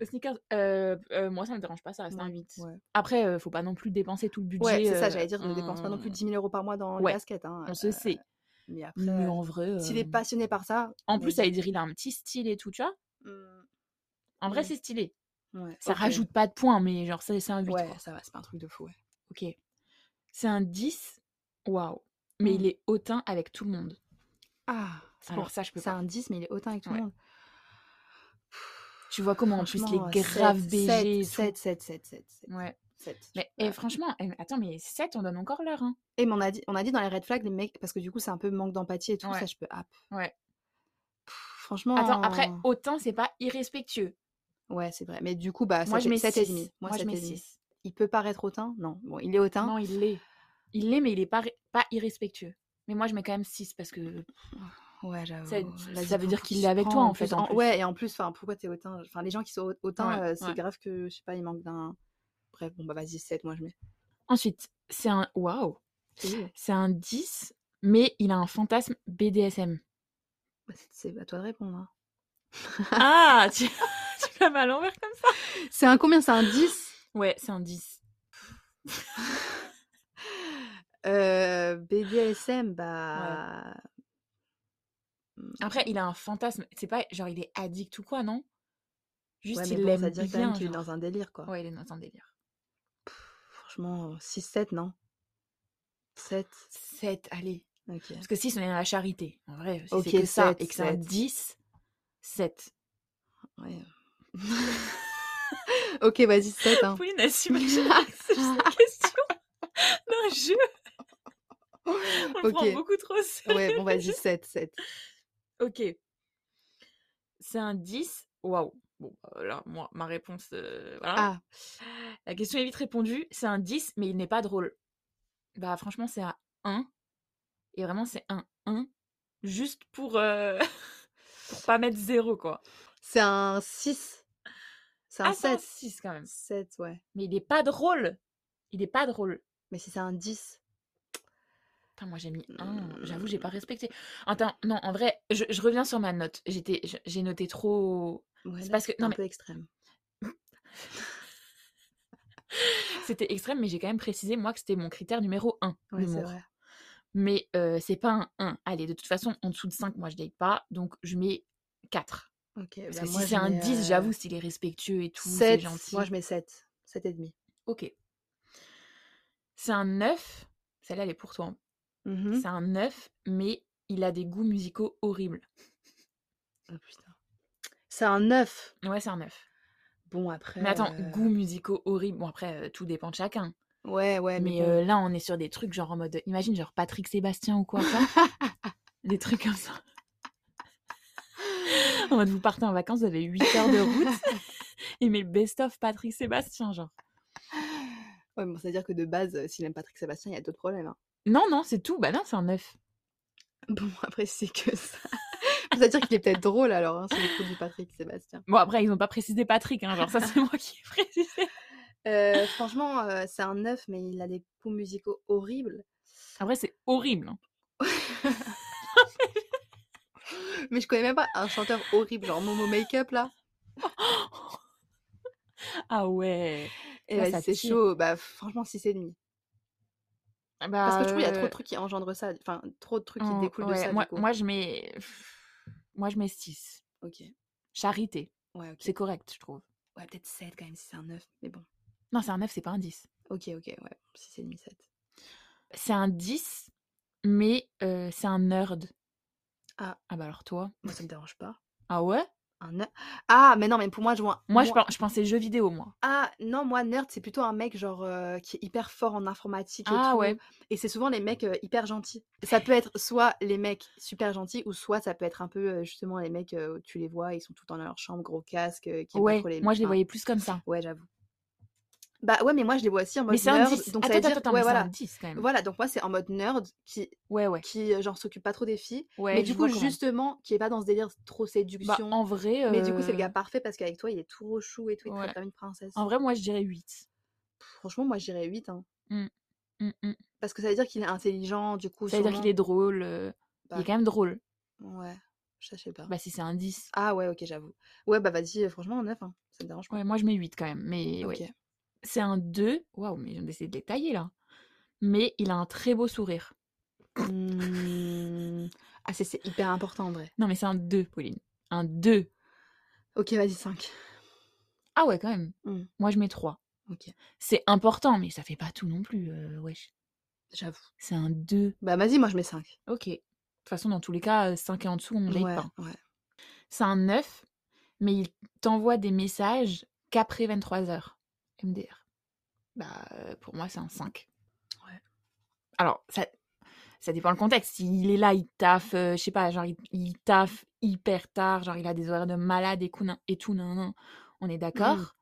S2: Aux sneakers, euh, euh, moi ça me dérange pas, ça reste un 8.
S1: Ouais,
S2: Après, euh, faut pas non plus dépenser tout le budget.
S1: Ouais, c'est ça,
S2: euh,
S1: j'allais dire, ne dépense pas non
S2: on-
S1: plus 10 000 euros par mois dans
S2: Ouais,
S1: les baskets. Hein,
S2: On se
S1: euh,
S2: sait.
S1: Mais après,
S2: Mais
S1: euh,
S2: en vrai.
S1: s'il est
S2: euh,
S1: passionné par ça.
S2: En plus, ça
S1: vas-y.
S2: veut dire il a un petit style et tout, tu vois.
S1: Hmm,
S2: En vrai,
S1: Mm.
S2: c'est stylé.
S1: ouais,
S2: Ça
S1: ok.
S2: rajoute pas de points, mais genre, ça, c'est un 8.
S1: Ouais,
S2: quoi.
S1: ça va, c'est pas un truc de fou, ouais.
S2: Ok. C'est un 10. Waouh. Mais
S1: Mm.
S2: il est hautain avec tout le monde.
S1: Ah, c'est pour
S2: Alors, ça, je peux
S1: C'est
S2: pas.
S1: un 10, mais il est hautain avec tout
S2: Ouais.
S1: le monde.
S2: Tu vois comment en plus les
S1: Franchement,
S2: graves
S1: sept,
S2: BG. et tout.
S1: 7, 7, 7, 7, 7.
S2: Ouais. Mais et franchement, eh, attends, mais 7, on donne encore l'heure. Hein.
S1: Et mais on a, dit, on a dit dans les red flags, les mecs, parce que du coup, c'est un peu manque d'empathie et tout,
S2: Ouais.
S1: ça, je peux hop.
S2: Ouais.
S1: Pff, Franchement.
S2: Attends, après,
S1: Oh.
S2: autant, c'est pas irrespectueux.
S1: Ouais, c'est vrai. Mais du coup, bah, ça
S2: Moi, je
S1: fait
S2: mets
S1: 7
S2: 6.
S1: et demi. Moi,
S2: Moi, je
S1: 7
S2: mets
S1: et demi.
S2: 6.
S1: Il peut paraître hautain Non. Bon, il est hautain.
S2: Non, il l'est. Il l'est, mais il est pas, ré- pas irrespectueux. Mais moi, je mets quand même 6 parce que.
S1: Ouais, j'avoue.
S2: ça-
S1: Vas-y,
S2: ça veut
S1: faut-
S2: dire
S1: faut
S2: qu'il
S1: s'y
S2: est avec toi,
S1: prendre,
S2: en fait,
S1: plus,
S2: en plus.
S1: Ouais, et en plus, enfin, pourquoi t'es hautain Enfin, les gens qui sont hau- hautains,
S2: Ouais,
S1: euh, c'est
S2: ouais.
S1: grave que, je sais pas, il manque d'un. Bref, bon, bah, vas-y, 7, moi, je mets.
S2: Ensuite, c'est un. Waouh C'est un 10, mais il a un fantasme BDSM.
S1: Bah, c'est- C'est à toi de répondre. hein.
S2: Ah [LAUGHS] Tu, tu l'as mal à l'envers comme ça
S1: C'est un combien C'est un 10
S2: Ouais, c'est un 10.
S1: Euh, BDSM, bah. Hmm.
S2: Après, il a un fantasme. C'est pas genre il est addict ou quoi, non Juste
S1: mm, Ouais, mais
S2: il
S1: bon,
S2: l'aime
S1: ça veut dire quand
S2: bien.
S1: même qu'il est
S2: genre.
S1: dans un délire, quoi.
S2: Ouais, il est dans un délire.
S1: Franchement, 6-7, non 7
S2: 7, allez.
S1: Ok.
S2: Parce que 6, on est dans la charité. En vrai, si
S1: Ok,
S2: c'est que ça
S1: sept,
S2: et que c'est un
S1: sept.
S2: 10, 7.
S1: Ouais.
S2: [LAUGHS]
S1: ok, vas-y, 7. Hein.
S2: Pauline
S1: [LAUGHS]
S2: assume à chaque- c'est juste une question d'un jeu. On
S1: Ok.
S2: prend beaucoup trop ça.
S1: Ouais, bon, vas-y, 7, 7.
S2: Ok. C'est un 10. Waouh. Bon, bah, là, moi, ma réponse. euh, voilà.
S1: Ah,
S2: La question est vite répondue. C'est un 10, mais il n'est pas drôle. Bah, franchement, c'est un 1. Et vraiment, c'est un 1. Juste pour. euh, [LAUGHS] pour pas mettre 0, quoi.
S1: c'est un 6. C'est un
S2: Ah, c'est un
S1: 7.
S2: 6 quand même.
S1: 7, ouais.
S2: Mais il n'est pas drôle. Il n'est pas drôle.
S1: Mais si c'est un 10.
S2: Putain, moi j'ai mis
S1: Mmh.
S2: 1. J'avoue, j'ai pas respecté. Attends, non, en vrai, je, je reviens sur ma note. J'étais, je- j'ai noté trop.
S1: Ouais,
S2: C'est
S1: là,
S2: parce que- non,
S1: un
S2: mais-
S1: peu extrême.
S2: C'était extrême, mais j'ai quand même précisé, moi, que c'était mon critère numéro 1.
S1: Ouais, c'est vrai.
S2: Mais euh, c'est pas un 1. Allez, de toute façon, en dessous de 5, moi, je date pas. Donc, je mets 4.
S1: Ok,
S2: Parce
S1: bah,
S2: que
S1: moi,
S2: si
S1: je
S2: c'est un
S1: mets,
S2: 10,
S1: euh,
S2: j'avoue, s'il est respectueux et tout, c'est
S1: sept.
S2: gentil.
S1: Moi, je mets 7. 7,5.
S2: Ok. C'est un 9. Celle-là, elle est pour toi. hein.
S1: Mhm.
S2: C'est un 9, mais il a des goûts musicaux horribles.
S1: Oh, putain. C'est un 9.
S2: Ouais, c'est un 9.
S1: Bon, après.
S2: Mais attends,
S1: euh,
S2: goûts musicaux horribles. Bon, après, euh, tout dépend de chacun.
S1: Ouais, ouais, mais.
S2: Mais
S1: bon.
S2: euh, là, on est sur des trucs genre en mode. Imagine, genre Patrick Sébastien ou quoi, ça.
S1: [LAUGHS]
S2: des trucs comme ça. [LAUGHS] en mode, vous partez en vacances, vous avez 8 heures de route. et mais le best-of Patrick Sébastien, genre.
S1: [LAUGHS] Ouais, bon, c'est-à-dire que de base, euh, s'il aime Patrick Sébastien, il y a d'autres problèmes. hein. [LAUGHS]
S2: Non, non, c'est tout. Bah non, c'est un 9.
S1: Bon, après, c'est que ça. [LAUGHS] c'est-à-dire qu'il est peut-être drôle alors, hein, c'est le coup du Patrick Sébastien.
S2: Bon, après, ils n'ont pas précisé Patrick, hein, genre, ça, c'est moi qui ai [LAUGHS] précisé.
S1: Euh, franchement, euh, c'est un 9, mais il a des coups musicaux horribles.
S2: Après, c'est horrible. hein.
S1: Mais je connais même pas un chanteur horrible, genre Momo Makeup là.
S2: Ah ouais.
S1: Et
S2: Là,
S1: bah,
S2: ça
S1: c'est
S2: tire.
S1: chaud, bah franchement, 6,5.
S2: Bah,
S1: Parce que je trouve qu'il y a trop de trucs qui engendrent ça, enfin, trop de trucs qui
S2: Oh,
S1: découlent de
S2: Euh ouais,
S1: ça.
S2: Moi,
S1: du coup.
S2: moi, je mets. Moi, je mets 6.
S1: Ok.
S2: Charité.
S1: Ouais, ok.
S2: C'est correct, je trouve.
S1: Ouais, peut-être 7 quand même si c'est un 9, mais bon.
S2: Non, c'est un 9, c'est pas un 10.
S1: Ok, ok, ouais, 6,5, 7.
S2: C'est un 10, mais euh, c'est un nerd.
S1: Ah.
S2: Ah bah alors toi
S1: Moi, ça me dérange pas.
S2: Ah ouais
S1: Un ne- Ah, mais non, mais pour moi, je vois.
S2: Moi, je, pen- je pensais jeux vidéo, moi.
S1: Ah, non, moi, nerd, c'est plutôt un mec genre euh, qui est hyper fort en informatique et
S2: Ah
S1: tout.
S2: ouais.
S1: Et c'est souvent les mecs euh, hyper gentils. Ça peut être soit les mecs super gentils, ou soit ça peut être un peu euh, justement les mecs, euh, où tu les vois, ils sont tout le temps dans leur chambre, gros casque, euh, qui aiment pas
S2: Ouais,
S1: trop les-
S2: moi je les
S1: enfin,
S2: voyais plus comme ça.
S1: Ouais, j'avoue. Bah ouais, mais moi je les vois aussi en mode
S2: Mais c'est un Ah,
S1: nerd.
S2: 10.
S1: Donc
S2: attends,
S1: ça veut
S2: attends,
S1: dire.
S2: attends, mais
S1: ouais,
S2: c'est
S1: voilà.
S2: un 10 quand même.
S1: Voilà, donc moi c'est en mode nerd qui,
S2: Ouais, ouais.
S1: qui euh, genre s'occupe pas trop des filles.
S2: ouais
S1: mais
S2: je
S1: du coup,
S2: vois comment.
S1: justement, qui est pas dans ce délire trop
S2: Bah,
S1: séduction.
S2: en vrai.
S1: Mais du coup, c'est le
S2: euh,
S1: gars parfait parce qu'avec toi, il est tout rochou et tout, il te
S2: ouais.
S1: traite comme une princesse.
S2: En vrai, moi je dirais 8.
S1: Franchement, moi j'irais 8. Hein.
S2: Mm, mm.
S1: Parce que ça veut dire qu'il est intelligent, du coup.
S2: Ça veut dire qu'il est drôle. euh, Il
S1: Bah.
S2: est quand même drôle.
S1: sûrement- Ouais, je sais pas.
S2: Bah, si c'est un 10.
S1: Ah ouais, ok, j'avoue. Ouais, bah vas-y, euh, franchement, 9, hein. ça me dérange pas.
S2: Ouais, moi je mets 8 quand même. Mais ouais.
S1: Ok.
S2: C'est un 2. Waouh, mais j'ai essayé de les tailler là. Mais il a un très beau sourire. Mmh.
S1: Hmm. Ah, c'est- c'est hyper important en vrai.
S2: Non, mais c'est un 2, Pauline. Un 2.
S1: Ok, vas-y, 5.
S2: Ah ouais, quand même.
S1: Mm.
S2: Moi, je mets 3.
S1: Ok,
S2: C'est important, mais ça fait pas tout non plus, euh, wesh.
S1: j'avoue.
S2: C'est un 2.
S1: Bah vas-y, moi je mets 5.
S2: Ok. De toute façon, dans tous les cas, 5 et en dessous, on ne
S1: Ouais,
S2: pas.
S1: ouais.
S2: C'est un 9, mais il t'envoie des messages qu'après 23h. MDR. Bah, euh, pour moi, c'est un 5.
S1: Ouais.
S2: Alors, ça, ça dépend le contexte. S'il est là, il taffe, euh, je sais pas, genre, il, il taffe hyper tard, genre, il a des horaires de malade et, cou- nan- et tout, nan, nan. On est d'accord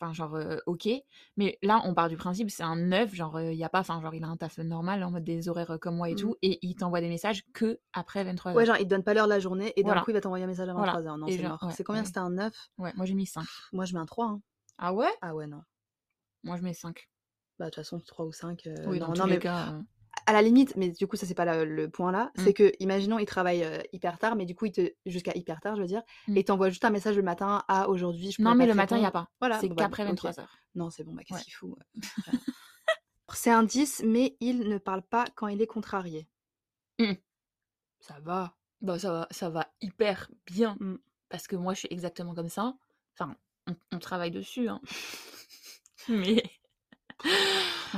S2: Enfin, genre, euh, ok. Mais là, on part du principe, c'est un 9, genre, euh, il y a pas, enfin, genre, il a un taf normal, en mode des horaires euh, comme moi et
S1: Mm.
S2: tout, et il t'envoie des messages que après 23h.
S1: Ouais, genre, il te donne pas l'heure de la journée et d'un
S2: Voilà.
S1: coup, il va t'envoyer un message à
S2: Voilà.
S1: 23h. Non,
S2: Et
S1: c'est
S2: genre,
S1: mort.
S2: ouais,
S1: c'est combien
S2: ouais.
S1: C'était un 9
S2: Ouais, moi, j'ai mis 5.
S1: Moi, je mets un 3. hein.
S2: Ah ouais
S1: Ah ouais, non.
S2: Moi, je mets 5.
S1: Bah, de toute façon, 3 ou 5.
S2: Oui, dans
S1: non,
S2: tous
S1: non,
S2: les
S1: mais
S2: cas. euh.
S1: à la limite, mais du coup, ça, c'est pas le, le point là.
S2: Mm.
S1: C'est que, imaginons, il travaille euh, hyper tard, mais du coup, il te. Jusqu'à hyper tard, je veux dire.
S2: Mm.
S1: Et t'envoie juste un message le matin à aujourd'hui. je
S2: Non,
S1: pourrais
S2: mais
S1: pas
S2: le
S1: te
S2: matin, il n'y a
S1: répondre.
S2: pas.
S1: Voilà.
S2: c'est
S1: bon, bah,
S2: qu'après
S1: ok.
S2: 23h.
S1: Non, c'est bon, bah, qu'est-ce
S2: Ouais.
S1: qu'il fout euh, voilà. [LAUGHS] C'est un 10, mais il ne parle pas quand il est contrarié.
S2: Mm.
S1: Ça va.
S2: Bah, ça va, ça va hyper bien.
S1: Mm.
S2: Parce que moi, je suis exactement comme ça. Enfin, on, on travaille dessus. hein. [LAUGHS] mais.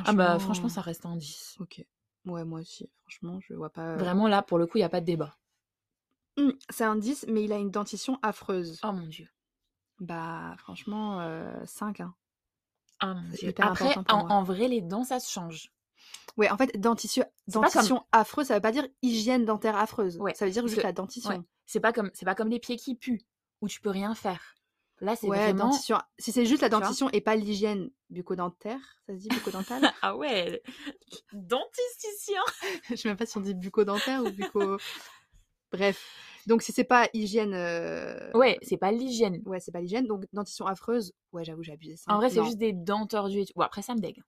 S2: Ah, bah, franchement, ça reste un 10.
S1: euh, Ok. Ouais, moi aussi. Franchement, je vois pas.
S2: Vraiment, là, pour le coup, il n'y a pas de débat.
S1: Mm, c'est un 10, mais il a une dentition affreuse.
S2: Oh mon dieu.
S1: Bah, franchement, 5. Hein.
S2: Ah mon
S1: C'est
S2: dieu.
S1: hyper
S2: Après,
S1: important pour
S2: en,
S1: moi.
S2: en vrai, les dents, ça se change.
S1: Ouais, en fait, dentition,
S2: C'est pas comme-
S1: dentition affreuse, ça veut pas dire hygiène dentaire affreuse.
S2: Ouais,
S1: Ça veut dire
S2: parce
S1: juste
S2: que-
S1: la dentition.
S2: C'est pas comme c'est pas comme les pieds qui puent où tu peux rien faire. Là, c'est
S1: Ouais,
S2: vraiment
S1: dentition. Si c'est juste la
S2: Tu vois
S1: dentition et pas l'hygiène bucco-dentaire, ça se dit bucco-dentale
S2: [LAUGHS] ah ouais, dentisticien.
S1: [LAUGHS] Je sais même pas si on dit bucco-dentaire ou
S2: [LAUGHS]
S1: bucco. Bref. Donc, si c'est pas hygiène. euh,
S2: Ouais, c'est pas l'hygiène.
S1: Ouais, c'est pas l'hygiène. Donc, dentition affreuse, ouais, j'avoue, j'ai abusé.
S2: En
S1: cinq.
S2: vrai, c'est
S1: Non.
S2: juste des dents tordues. Et tout. Bon, après ça me dégue.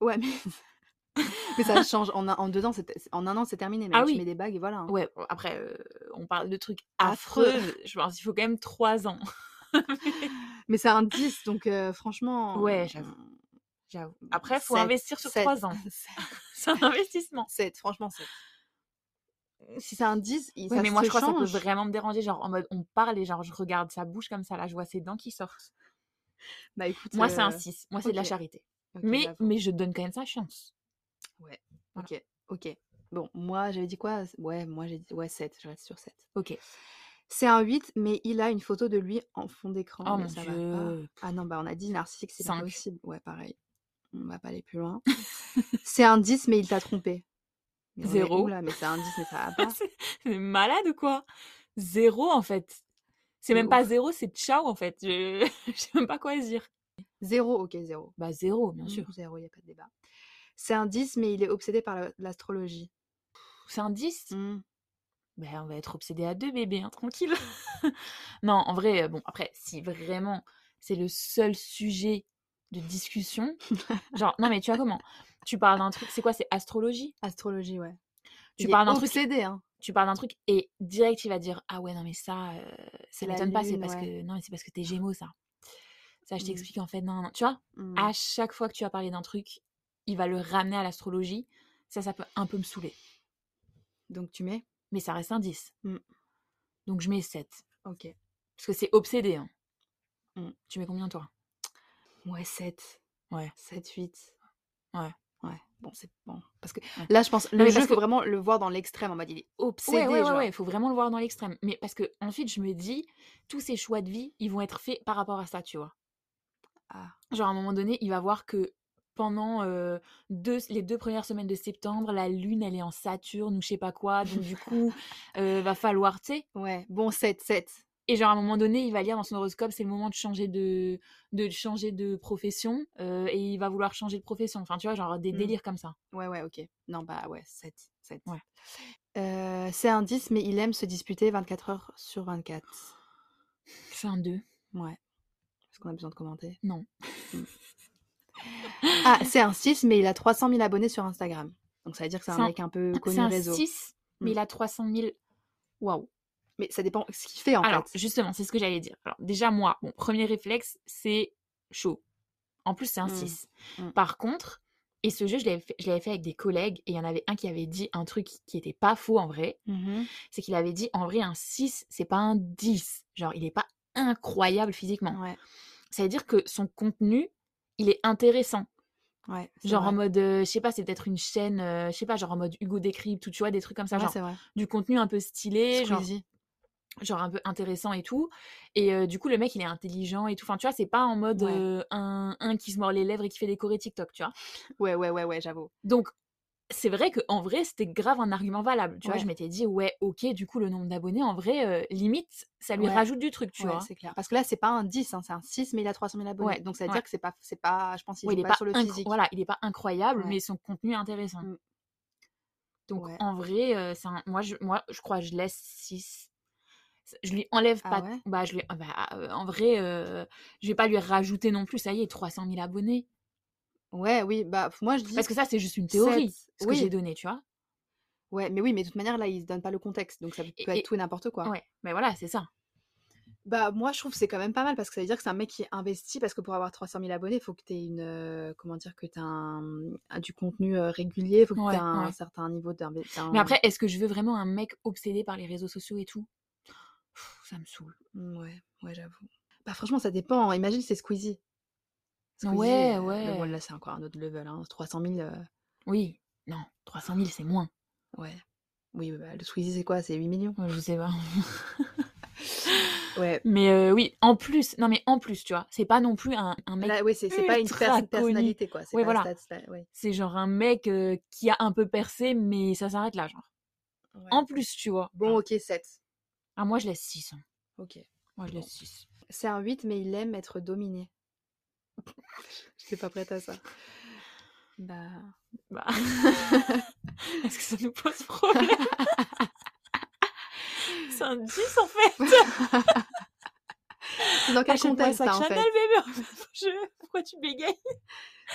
S1: Ouais, mais. mais [LAUGHS] ça change. En, un- en deux ans, c'est- en un an, c'est terminé. Mais
S2: Ah
S1: tu
S2: oui.
S1: mets des bagues et voilà. hein.
S2: Ouais, bon, après euh, on parle de trucs
S1: Affreux.
S2: affreux. Je pense qu'il faut quand même
S1: [LAUGHS]
S2: trois ans.
S1: Mais c'est un 10, donc euh, franchement.
S2: Ouais, j'avoue. J'avoue. Après, faut
S1: Sept,
S2: investir
S1: [LAUGHS]
S2: sur
S1: sept,
S2: trois ans. [LAUGHS] C'est un investissement.
S1: 7, franchement 7. Si c'est un 10, il
S2: Ouais,
S1: ça
S2: mais moi
S1: se
S2: je crois que ça
S1: change.
S2: peut vraiment me déranger. Genre en mode on parle et genre je regarde sa bouche comme ça là, je vois ses dents qui sortent.
S1: Bah écoute.
S2: Moi c'est un
S1: euh,
S2: 6. Moi c'est de la
S1: ok.
S2: charité.
S1: ok, bah,
S2: mais
S1: bravo.
S2: mais je donne quand même sa chance. voilà.
S1: Ok, ok. Bon, moi j'avais dit quoi Ouais, moi j'ai dit ouais 7, je reste sur 7.
S2: Ok.
S1: C'est un 8, mais il a une photo de lui en fond d'écran.
S2: Oh
S1: mais
S2: mon
S1: ça va pas.
S2: dieu. [LAUGHS]
S1: Ah non, bah on a dit narcissique, c'est pas
S2: Cinq.
S1: possible. Ouais, pareil. On va pas aller plus
S2: [LAUGHS]
S1: loin. c'est un 10, mais il t'a trompé. Mais on est
S2: Zéro.
S1: où, là, mais c'est un 10, mais ça
S2: [LAUGHS]
S1: va pas.
S2: C'est malade ou quoi Zéro en fait. C'est
S1: De
S2: même pas
S1: ouf.
S2: zéro, c'est ciao en fait. Je [LAUGHS] je sais même pas quoi dire.
S1: Zéro, ok, zéro. Mmh,
S2: Bah zéro, bien sûr.
S1: Zéro, il a pas de débat. C'est un 10, mais il est obsédé par la- l'astrologie.
S2: C'est un 10
S1: Hmm.
S2: Ben, on va être obsédé à deux bébés, hein, tranquille. [LAUGHS] non, en vrai, euh, bon, après, si vraiment c'est le seul sujet
S1: [LAUGHS]
S2: de discussion, genre, non mais tu vois comment Tu parles d'un truc, c'est quoi C'est astrologie
S1: Astrologie, ouais.
S2: Tu
S1: Il est
S2: parles d'un truc-
S1: obsédé, hein.
S2: tu parles d'un truc et direct il va dire ah ouais non mais ça euh, ça
S1: C'est la
S2: m'étonne pas c'est
S1: lune,
S2: parce
S1: ouais.
S2: que non mais c'est parce que t'es Gémeaux ça ça je
S1: Mm.
S2: t'explique en fait non, non non. tu vois
S1: Hmm.
S2: à chaque fois que tu vas parler d'un truc il va le ramener à l'astrologie ça ça peut un peu me saouler
S1: Donc tu mets
S2: mais ça reste un 10
S1: Mm.
S2: donc je mets 7
S1: Ok.
S2: parce que c'est obsédé hein.
S1: Mm.
S2: tu mets combien toi
S1: Ouais, 7.
S2: Ouais.
S1: 7, 8.
S2: Ouais.
S1: Ouais. Bon, c'est bon. Parce que
S2: Ouais.
S1: là, je pense, le
S2: mais
S1: jeu,
S2: parce
S1: faut
S2: que-
S1: vraiment le voir dans l'extrême en mode il est obsédé.
S2: ouais ouais ouais,
S1: genre.
S2: ouais, faut vraiment le voir dans l'extrême mais parce que ensuite je me dis tous ces choix de vie ils vont être faits par rapport à ça tu vois
S1: Ah,
S2: Genre, à un moment donné, il va voir que pendant euh, deux, les deux premières semaines de septembre, la Lune, elle est en Saturne ou je sais pas quoi. Donc,
S1: [LAUGHS]
S2: du coup, euh, va falloir, tu sais.
S1: ouais. Bon, 7, 7.
S2: Et genre, à un moment donné, il va lire dans son horoscope, c'est le moment de changer de, de, changer de profession. euh, et il va vouloir changer de profession. Enfin, tu vois, genre des
S1: Mm.
S2: délires comme ça.
S1: Ouais, ouais, ok. Non, bah ouais, 7. 7.
S2: Ouais.
S1: Euh, c'est un 10, mais il aime se disputer 24 heures sur 24.
S2: C'est un 2.
S1: Ouais. Est-ce qu'on a besoin de commenter
S2: Non. [LAUGHS]
S1: Hmm. ah, c'est un 6, mais il a 300 000 abonnés sur Instagram. Donc ça veut dire que c'est un
S2: C'est un-
S1: mec un peu
S2: C'est
S1: connu
S2: un
S1: réseau.
S2: 6, mais
S1: Mm.
S2: il a 300 000. Waouh.
S1: Mais ça dépend ce qu'il fait en
S2: Alors,
S1: fait.
S2: justement, c'est ce que j'allais dire. Alors, déjà, moi, mon premier réflexe, c'est chaud. En plus, c'est un
S1: Mm.
S2: 6.
S1: Mm.
S2: Par contre, et ce jeu, je l'avais fait, je l'avais fait avec des collègues, et il y en avait un qui avait dit un truc qui était pas faux en vrai.
S1: Mhm.
S2: C'est qu'il avait dit, en vrai, un 6, c'est pas un 10. Genre, il est pas incroyable physiquement.
S1: Ouais,
S2: Ça veut dire que son contenu, il est intéressant.
S1: ouais. c'est
S2: Genre
S1: vrai.
S2: en mode, euh, je sais pas, c'est peut-être une chaîne, euh, je sais pas, genre en mode Hugo Décrypte ou tu vois, des trucs comme ça.
S1: Ouais,
S2: genre
S1: c'est vrai.
S2: du contenu un peu stylé, genre
S1: Squeezie.
S2: genre un peu intéressant et tout. Et euh, du coup, le mec, il est intelligent et tout. Enfin, tu vois, c'est pas en mode
S1: Ouais.
S2: euh, un, un qui se mord les lèvres et qui fait des chorés TikTok, tu vois.
S1: Ouais, ouais, ouais, ouais, j'avoue.
S2: Donc, c'est vrai qu'en vrai, c'était grave un argument valable. Tu vois,
S1: Ouais.
S2: je m'étais dit, ouais, ok, du coup, le nombre d'abonnés, en vrai, euh, limite, ça lui
S1: Ouais.
S2: rajoute du truc, tu
S1: ouais,
S2: vois.
S1: c'est clair. Parce que là, c'est pas un 10, hein, c'est un 6, mais il a 300 000 abonnés.
S2: Ouais,
S1: Donc ça veut
S2: ouais.
S1: dire que c'est pas, c'est pas, je pense qu'ils
S2: Ouais, il
S1: jouent
S2: est
S1: pas,
S2: pas
S1: sur le
S2: inc-
S1: physique.
S2: voilà, il est pas incroyable,
S1: Ouais.
S2: mais son contenu est intéressant.
S1: Mm.
S2: Donc,
S1: Ouais.
S2: en vrai, euh, c'est un- moi, je, moi, je crois que je laisse 6. Je lui enlève
S1: Ah
S2: pas.
S1: ouais
S2: bah, je lui... ah bah, euh, en vrai, euh, je vais pas lui rajouter non plus. Ça y est, 300 000 abonnés.
S1: Ouais, oui, bah f- moi je dis
S2: Parce que ça, c'est juste une
S1: sept,
S2: théorie, ce
S1: oui.
S2: que j'ai donné, tu vois.
S1: ouais, mais oui, mais de toute manière là, ils se donnent pas le contexte, donc ça peut
S2: Et-
S1: être
S2: et-
S1: tout et n'importe quoi.
S2: Ouais, mais voilà, c'est ça.
S1: Bah moi je trouve que c'est quand même pas mal parce que ça veut dire que c'est un mec qui investit parce que pour avoir 300 000 abonnés, il faut que tu aies une euh, comment dire que tu un, un- du contenu euh, régulier, faut que
S2: Ouais,
S1: tu un
S2: ouais.
S1: certain niveau d'investissement.
S2: Mais après, est-ce que je veux vraiment un mec obsédé par les réseaux sociaux et tout Pff, Ça me saoule.
S1: ouais, ouais, j'avoue. Bah franchement, ça dépend. Imagine c'est Squeezie.
S2: Ouais,
S1: euh, mais bon,
S2: ouais.
S1: là c'est encore un autre level hein. 300 000 euh,
S2: Oui. Non, 300 000, c'est moins.
S1: ouais. Oui, bah, le Squeezie c'est quoi C'est 8 millions.
S2: Ouais, Je sais pas.
S1: Ouais.
S2: mais euh, oui, en plus, non mais en plus, tu vois, c'est pas non plus un, un mec.
S1: Là oui, c'est c'est pas une
S2: ultra
S1: pers-
S2: connu.
S1: personnalité quoi, c'est
S2: Ouais,
S1: pas un
S2: voilà.
S1: stats, là, ouais.
S2: C'est genre un mec euh, qui a un peu percé, mais ça s'arrête là, genre.
S1: Ouais.
S2: En plus, tu vois.
S1: Bon,
S2: Genre,
S1: OK, 7.
S2: Ah, moi, je laisse 6.
S1: OK.
S2: Moi, je
S1: Bon.
S2: laisse 6.
S1: C'est un 8, mais il aime être
S2: [LAUGHS]
S1: dominé. Je suis pas prête à ça. Bah.
S2: [LAUGHS] Bah. Est-ce que ça nous pose problème [LAUGHS] C'est un 10 en fait Bah,
S1: C'est dans quel
S2: Achète-moi un
S1: contexte,
S2: sac
S1: ça, en
S2: Chanel,
S1: fait
S2: bébé [LAUGHS] Je- Pourquoi tu bégayes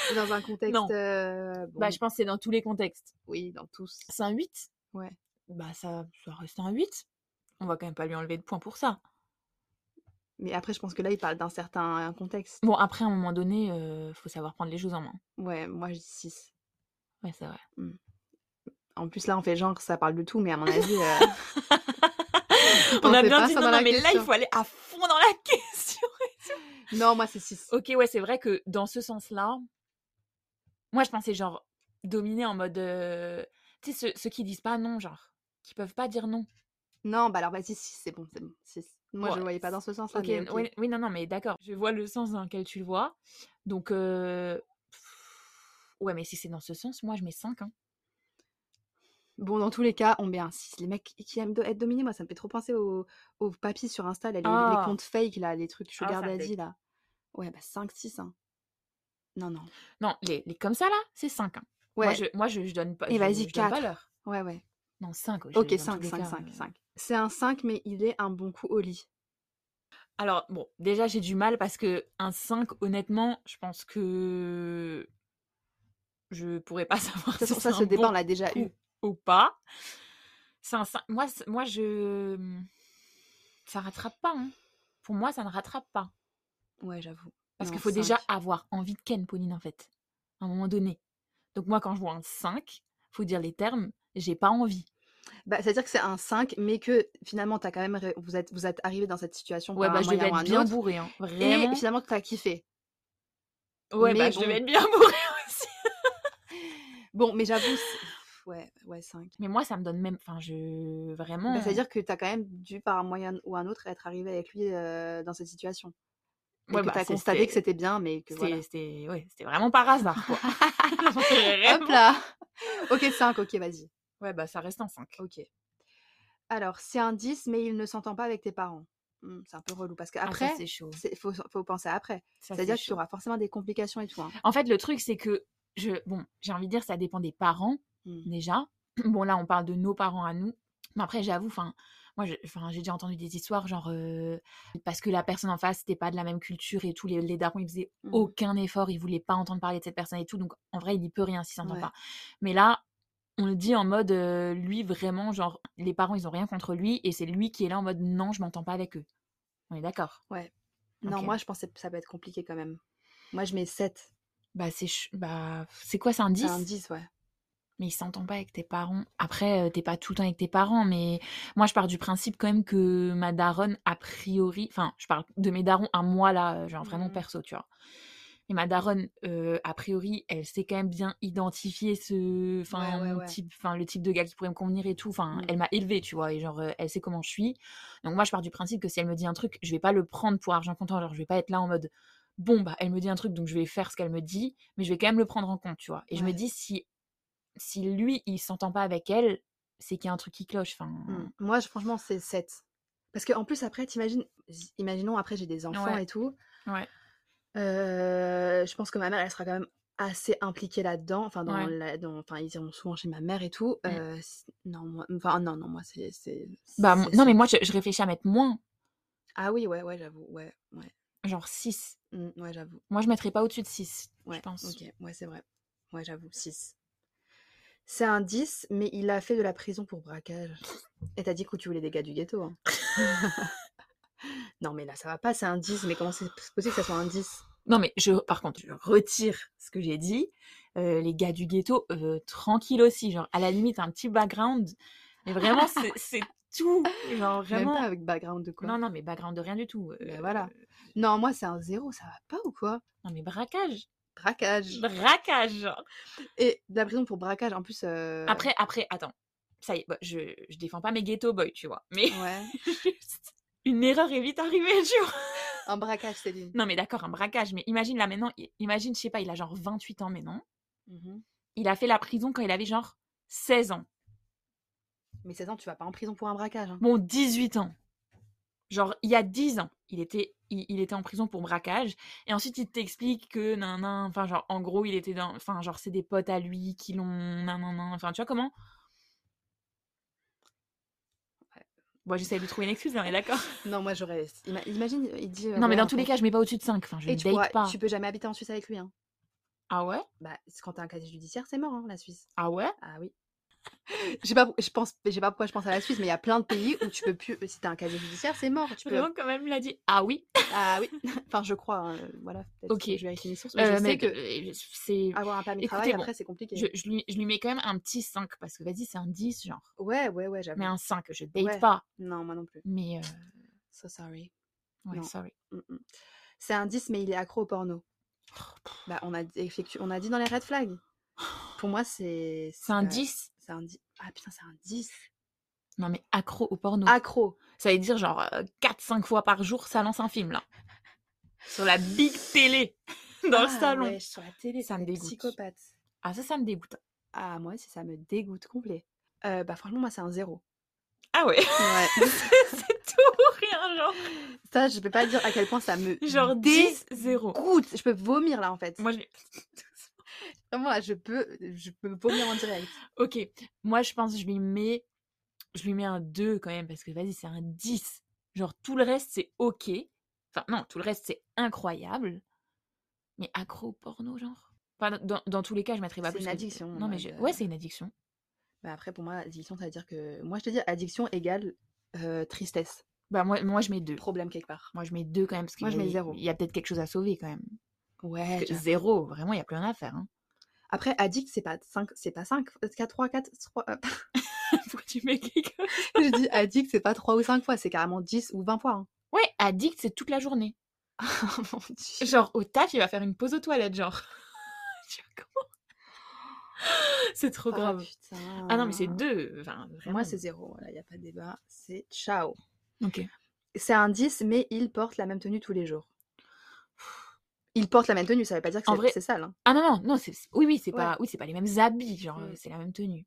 S1: C'est Dans un contexte.
S2: Non.
S1: euh, bon,
S2: Bah, je pense que c'est dans tous les contextes.
S1: Oui, dans tous.
S2: C'est un 8
S1: Ouais.
S2: Bah, ça, ça reste un 8. On va quand même pas lui enlever de points pour ça.
S1: Mais après, je pense que là, il parle d'un certain contexte.
S2: Bon, après, à un moment donné, euh, faut savoir prendre les choses en main.
S1: Ouais, moi, je dis 6.
S2: Ouais, c'est vrai.
S1: En plus, là, on fait genre, ça parle de tout, mais à mon avis. euh, il
S2: [LAUGHS] On a
S1: pensait
S2: bien
S1: pas
S2: dit
S1: ça
S2: non,
S1: dans
S2: non,
S1: la
S2: mais là, il
S1: question.
S2: faut aller à fond dans la [LAUGHS] question.
S1: Non, moi, c'est 6.
S2: Ok, ouais, c'est vrai que dans ce sens-là, moi, je pensais genre dominer en mode. euh, Tu sais, ceux, ceux qui disent pas non, genre. Qui peuvent pas dire non.
S1: Non, bah alors, vas-y, 6, c'est bon, c'est bon. six. Moi, je
S2: Ouais,
S1: le voyais pas dans ce sens-là.
S2: Ok,
S1: Ah, mais ok.
S2: ouais, oui, non, non, mais d'accord. Je vois le sens dans lequel tu le vois. Donc, euh, pff, ouais, mais si c'est dans ce sens, moi, je mets 5. Hein.
S1: Bon, dans tous les cas, on met un 6. Les mecs qui aiment do- être dominés, moi, ça me fait trop penser aux, aux papis sur Insta, là, les, les
S2: Ah.
S1: comptes fake, là, les trucs
S2: Ah,
S1: Sugar
S2: ça me
S1: Daddy, là. Ouais, bah 5, 6, hein. Non, non.
S2: Non, les, les comme ça, là, c'est 5. Hein.
S1: Ouais,
S2: Moi, je, moi, je, je donne pas.
S1: Et
S2: je-
S1: vas-y,
S2: je donne pas
S1: quatre.
S2: l'heure.
S1: ouais, ouais.
S2: Non, 5.
S1: Ok, 5, 5,
S2: euh.
S1: 5, 5. C'est un 5, mais il est un bon coup au lit.
S2: Alors, bon, déjà, j'ai du mal parce que un 5, honnêtement, je pense que. Je pourrais pas [LAUGHS] savoir
S1: Ça,
S2: si
S1: ça, ça
S2: c'est
S1: ce
S2: un
S1: débat,
S2: bon
S1: on l'a déjà eu.
S2: coup ou pas. C'est un 5. Moi, c'est- moi, je. Ça rattrape pas. hein. Pour moi, ça ne rattrape pas.
S1: Ouais, j'avoue.
S2: Parce
S1: Non,
S2: qu'il faut
S1: cinq.
S2: déjà avoir envie de Ken, Pauline, en fait, à un moment donné. Donc moi, quand je vois un 5, faut dire les termes, j'ai pas envie.
S1: Bah, c'est-à-dire que c'est un 5, mais que finalement, t'as quand même. ré- Vous êtes, vous êtes arrivé dans cette situation
S2: Ouais,
S1: par
S2: bah
S1: un
S2: je devais
S1: moyen ou
S2: être
S1: un
S2: bien
S1: autre.
S2: bourré, hein.
S1: Et
S2: Vraiment.
S1: finalement, t'as kiffé.
S2: Ouais, bah
S1: mais
S2: je devais
S1: bon.
S2: être bien [LAUGHS] bourré aussi.
S1: Bon, mais j'avoue. c'est- Ouais, ouais, 5.
S2: Mais moi, ça me donne même... Enfin, je... Vraiment...
S1: Bah, C'est-à-dire que tu as quand même dû, par un moyen ou un autre, être arrivé avec lui euh, dans cette situation. Et
S2: Ouais,
S1: que
S2: bah,
S1: tu as
S2: c'est-
S1: constaté que
S2: c'était-
S1: c'était bien, mais que
S2: c'était-
S1: voilà.
S2: C'était ouais, c'était vraiment par hasard,
S1: [LAUGHS]
S2: quoi. [LAUGHS] euh, Vraiment.
S1: Hop
S2: [LAUGHS]
S1: là [LAUGHS] Ok, 5, ok, vas-y.
S2: Ouais, bah ça reste en 5.
S1: Ok. Alors, c'est un 10, mais il ne s'entend pas avec tes parents. Hmm, c'est un peu relou, parce qu'après,
S2: Ah, c'est chaud.
S1: il faut, faut penser après.
S2: Ça, c'est
S1: C'est-à-dire que tu
S2: chaud.
S1: auras forcément des complications et tout. hein.
S2: En fait, le truc, c'est que... Je... Bon, j'ai envie de dire, ça dépend des parents.
S1: Hmm.
S2: déjà. [CLEARS THROAT] Bon, là, on parle de nos parents à nous. Mais après, j'avoue, enfin, moi, je- 'fin, j'ai déjà entendu des histoires genre euh, parce que la personne en face n'était pas de la même culture et tous les, les darons, ils faisaient
S1: Mhm.
S2: aucun effort, ils voulaient pas entendre parler de cette personne et tout. Donc, en vrai, il n'y peut rien s'il s'entend
S1: Ouais.
S2: pas. Mais là, on le dit en mode, euh, lui, vraiment, genre, les parents, ils ont rien contre lui et c'est lui qui est là en mode, non, je m'entends pas avec eux. On est d'accord.
S1: Non,
S2: Ok.
S1: moi, je pense que ça peut être compliqué quand même. Moi, je mets 7.
S2: Bah, c'est ch- bah, c'est quoi, c'est un 10
S1: C'est un 10, ouais.
S2: Mais ils s'entendent pas avec tes parents. Après, euh, t'es pas tout le temps avec tes parents, mais moi, je pars du principe quand même que ma daronne, a priori, enfin, je parle de mes darons à moi, là, euh, genre vraiment
S1: Mhm.
S2: perso, tu vois. Mais ma daronne, euh, a priori, elle sait quand même bien identifier ce, enfin,
S1: Ouais, ouais,
S2: mon
S1: ouais.
S2: type, enfin, le type de gars qui pourrait me convenir et tout. Enfin,
S1: Mhm.
S2: elle m'a élevée, tu vois, et genre, euh, elle sait comment je suis. Donc moi, je pars du principe que si elle me dit un truc, je vais pas le prendre pour argent comptant. Genre, je vais pas être là en mode, bon, bah, elle me dit un truc, donc je vais faire ce qu'elle me dit, mais je vais quand même le prendre en compte, tu vois. Et je me
S1: Ouais.
S2: dis, si si lui, il s'entend pas avec elle, c'est qu'il y a un truc qui cloche. Enfin,
S1: Mm. Moi, je- franchement, c'est 7. Parce que en plus, après, t'imagines, j- imaginons, après, j'ai des enfants
S2: Ouais.
S1: et tout.
S2: Ouais.
S1: Euh, je pense que ma mère, elle sera quand même assez impliquée là-dedans. Enfin, dans
S2: Ouais.
S1: la- dans- enfin, ils iront souvent chez ma mère et tout.
S2: Mm.
S1: Euh, c- non, moi, enfin, non, non, moi, c'est. c'est-
S2: bah, mon-
S1: c'est
S2: non, mais
S1: sept.
S2: moi, je, je réfléchis à mettre moins,
S1: Ah oui, ouais, ouais, j'avoue. Ouais, ouais,
S2: genre 6.
S1: Mm, ouais, j'avoue.
S2: Moi, je mettrais pas au-dessus de 6.
S1: Ouais,
S2: je pense.
S1: Ok, ouais, c'est vrai. Ouais, j'avoue, 6. C'est un 10, mais il a fait de la prison pour braquage. Et t'as dit que tu voulais des gars du ghetto. hein.
S2: [LAUGHS]
S1: non, mais là, ça va pas, c'est un 10. Mais comment c'est possible que ça soit un 10
S2: Non, mais je, par contre, je retire ce que j'ai dit. Euh, les gars du ghetto, euh, tranquille aussi. Genre, à la limite, un petit background. Mais [LAUGHS] vraiment, c'est- c'est tout. Genre,
S1: Même
S2: vraiment.
S1: pas avec background de quoi.
S2: Non, non, mais background de rien du tout.
S1: Ben
S2: Euh,
S1: voilà. Non, moi, c'est un 0, ça va pas ou quoi
S2: Non, mais braquage.
S1: Braquage.
S2: Bah Braquage. genre.
S1: Et de la prison pour braquage, en plus. euh,
S2: Après, après, attends. Ça y est, bah, je, je défends pas mes ghetto boys, tu vois. Mais
S1: Ouais.
S2: juste, une erreur est vite arrivée, tu vois.
S1: Un braquage, Céline.
S2: Non, mais d'accord, un braquage. Mais imagine là maintenant, i- imagine, je sais pas, il a genre 28 ans, mais non.
S1: Mhm.
S2: Il a fait la prison quand il avait genre 16 ans.
S1: Mais 16 ans, tu vas pas en prison pour un braquage. hein.
S2: Bon, 18 ans. Genre, il y a 10 ans, il était, il, il était en prison pour braquage. Et ensuite, il t'explique que, nan, nan, enfin, genre, en gros, il était dans. Enfin, genre, c'est des potes à lui qui l'ont. Nan, nan, nan. Enfin, tu vois comment Bon, j'essaie de trouver une excuse, on
S1: [LAUGHS]
S2: est d'accord.
S1: Non, moi, j'aurais. Ima- Imagine, il dit. euh,
S2: non,
S1: voilà,
S2: mais dans
S1: en
S2: tous les
S1: fait-
S2: cas, je mets pas au-dessus de 5. Enfin, je
S1: Et
S2: ne
S1: tu,
S2: date
S1: pourras-
S2: pas.
S1: tu peux jamais habiter en Suisse avec lui. Hein.
S2: Ah ouais
S1: Bah, c'est quand t'as un casier judiciaire, c'est mort, hein, la Suisse.
S2: Ah ouais
S1: Ah
S2: [LAUGHS]
S1: oui. Je sais pas, je pense, je sais pas pourquoi je pense à la Suisse, mais il y a plein de pays où tu peux plus. Si t'as un casier judiciaire, c'est mort. Tu peux.
S2: Vraiment, quand même, il a dit Ah oui
S1: Ah oui. [LAUGHS] Enfin, je crois. hein, voilà. peut-être
S2: Ok.
S1: que Je vérifie mes sources. Mais
S2: Euh,
S1: je sais
S2: mais,
S1: que Ah,
S2: euh, c'est.
S1: avoir un permis de
S2: Écoutez,
S1: travail
S2: bon,
S1: après, c'est compliqué.
S2: Je, je lui, je lui mets quand même un petit 5 parce que vas-y, c'est un 10, genre.
S1: Ouais, ouais, ouais, j'avoue.
S2: Mais un 5, je date
S1: Ah Ouais.
S2: pas.
S1: Non, moi non plus.
S2: Mais. euh,
S1: So sorry.
S2: ouais,
S1: Non.
S2: sorry.
S1: Mm, mm. C'est un 10, mais il est accro au porno. Bah, on a, effectu- on a dit dans les red flags. Pour moi, c'est.
S2: C'est un
S1: euh,
S2: 10
S1: C'est un 10. Ah putain, c'est un 10.
S2: Non, mais accro au porno.
S1: Accro.
S2: Ça veut dire genre 4-5 fois par jour, ça lance un film, là. Sur la big télé, [LAUGHS] dans le
S1: Ah
S2: salon.
S1: ouais, sur la télé,
S2: Ça
S1: c'est
S2: me
S1: des
S2: dégoûte.
S1: psychopathes.
S2: Ah, ça, ça me dégoûte.
S1: Ah, moi aussi, ça me dégoûte complet. Euh, bah, franchement, moi, c'est un zéro.
S2: Ah
S1: [LAUGHS]
S2: ouais,
S1: Ouais.
S2: [LAUGHS] c'est tout ou rien, genre.
S1: ça, je peux pas dire à quel point ça me.
S2: Genre 10-0.
S1: dégoûte. Je peux vomir, là, en fait.
S2: Moi, je...
S1: Vraiment, là, je peux, je peux vomir en direct.
S2: Ok, moi, je pense que je lui mets... Je lui mets un 2 quand même, parce que vas-y, c'est un 10. Genre, tout le reste, c'est ok. Enfin, non, tout le reste, c'est incroyable. Mais accro au porno, genre. Enfin, dans, dans- dans tous les cas, je mettrais pas
S1: C'est
S2: plus
S1: une
S2: que-
S1: addiction, en
S2: Non, mais
S1: mode,
S2: je-
S1: euh,
S2: ouais, c'est une addiction.
S1: Bah, après, pour moi, addiction, ça veut dire que. Moi, je te dis, addiction égale euh, tristesse.
S2: Bah, moi, moi je mets 2.
S1: Problème quelque part.
S2: Moi, je mets deux quand même. Parce que
S1: Moi, je
S2: il y a-
S1: mets zéro.
S2: Il y a peut-être quelque chose à sauver quand même.
S1: Ouais.
S2: Parce que
S1: j'avoue.
S2: zéro, vraiment, il n'y a plus rien à
S1: [LAUGHS]
S2: faire. hein.
S1: Après, addict, c'est pas 5, c'est pas euh, 5, 4, 3, 4, 3.
S2: Pourquoi tu mets quelque chose
S1: euh, [LAUGHS] je dis addict, c'est pas 3 ou 5 fois, c'est carrément 10 ou 20 fois. hein. [LAUGHS]
S2: Ouais, addict, c'est toute la journée.
S1: Oh mon dieu.
S2: Genre, au taf, il va faire une pause aux toilettes, genre. [LAUGHS] Tu vois comment C'est trop
S1: Oh. Ah,
S2: grave.
S1: putain.
S2: Ah non, mais c'est deux. Enfin,
S1: Moi,
S2: vraiment.
S1: c'est zéro. Il n'y a pas de débat. C'est ciao.
S2: Ok.
S1: C'est un 10, mais il porte la même tenue tous les jours. Il porte la même tenue, ça veut pas dire que
S2: En
S1: c'est-
S2: vrai-
S1: c'est sale. hein.
S2: Ah non, non, non, c'est... c'est- Oui, oui, c'est,
S1: Ouais.
S2: pas... Oui, c'est pas les mêmes habits, genre,
S1: Mm.
S2: c'est la même tenue.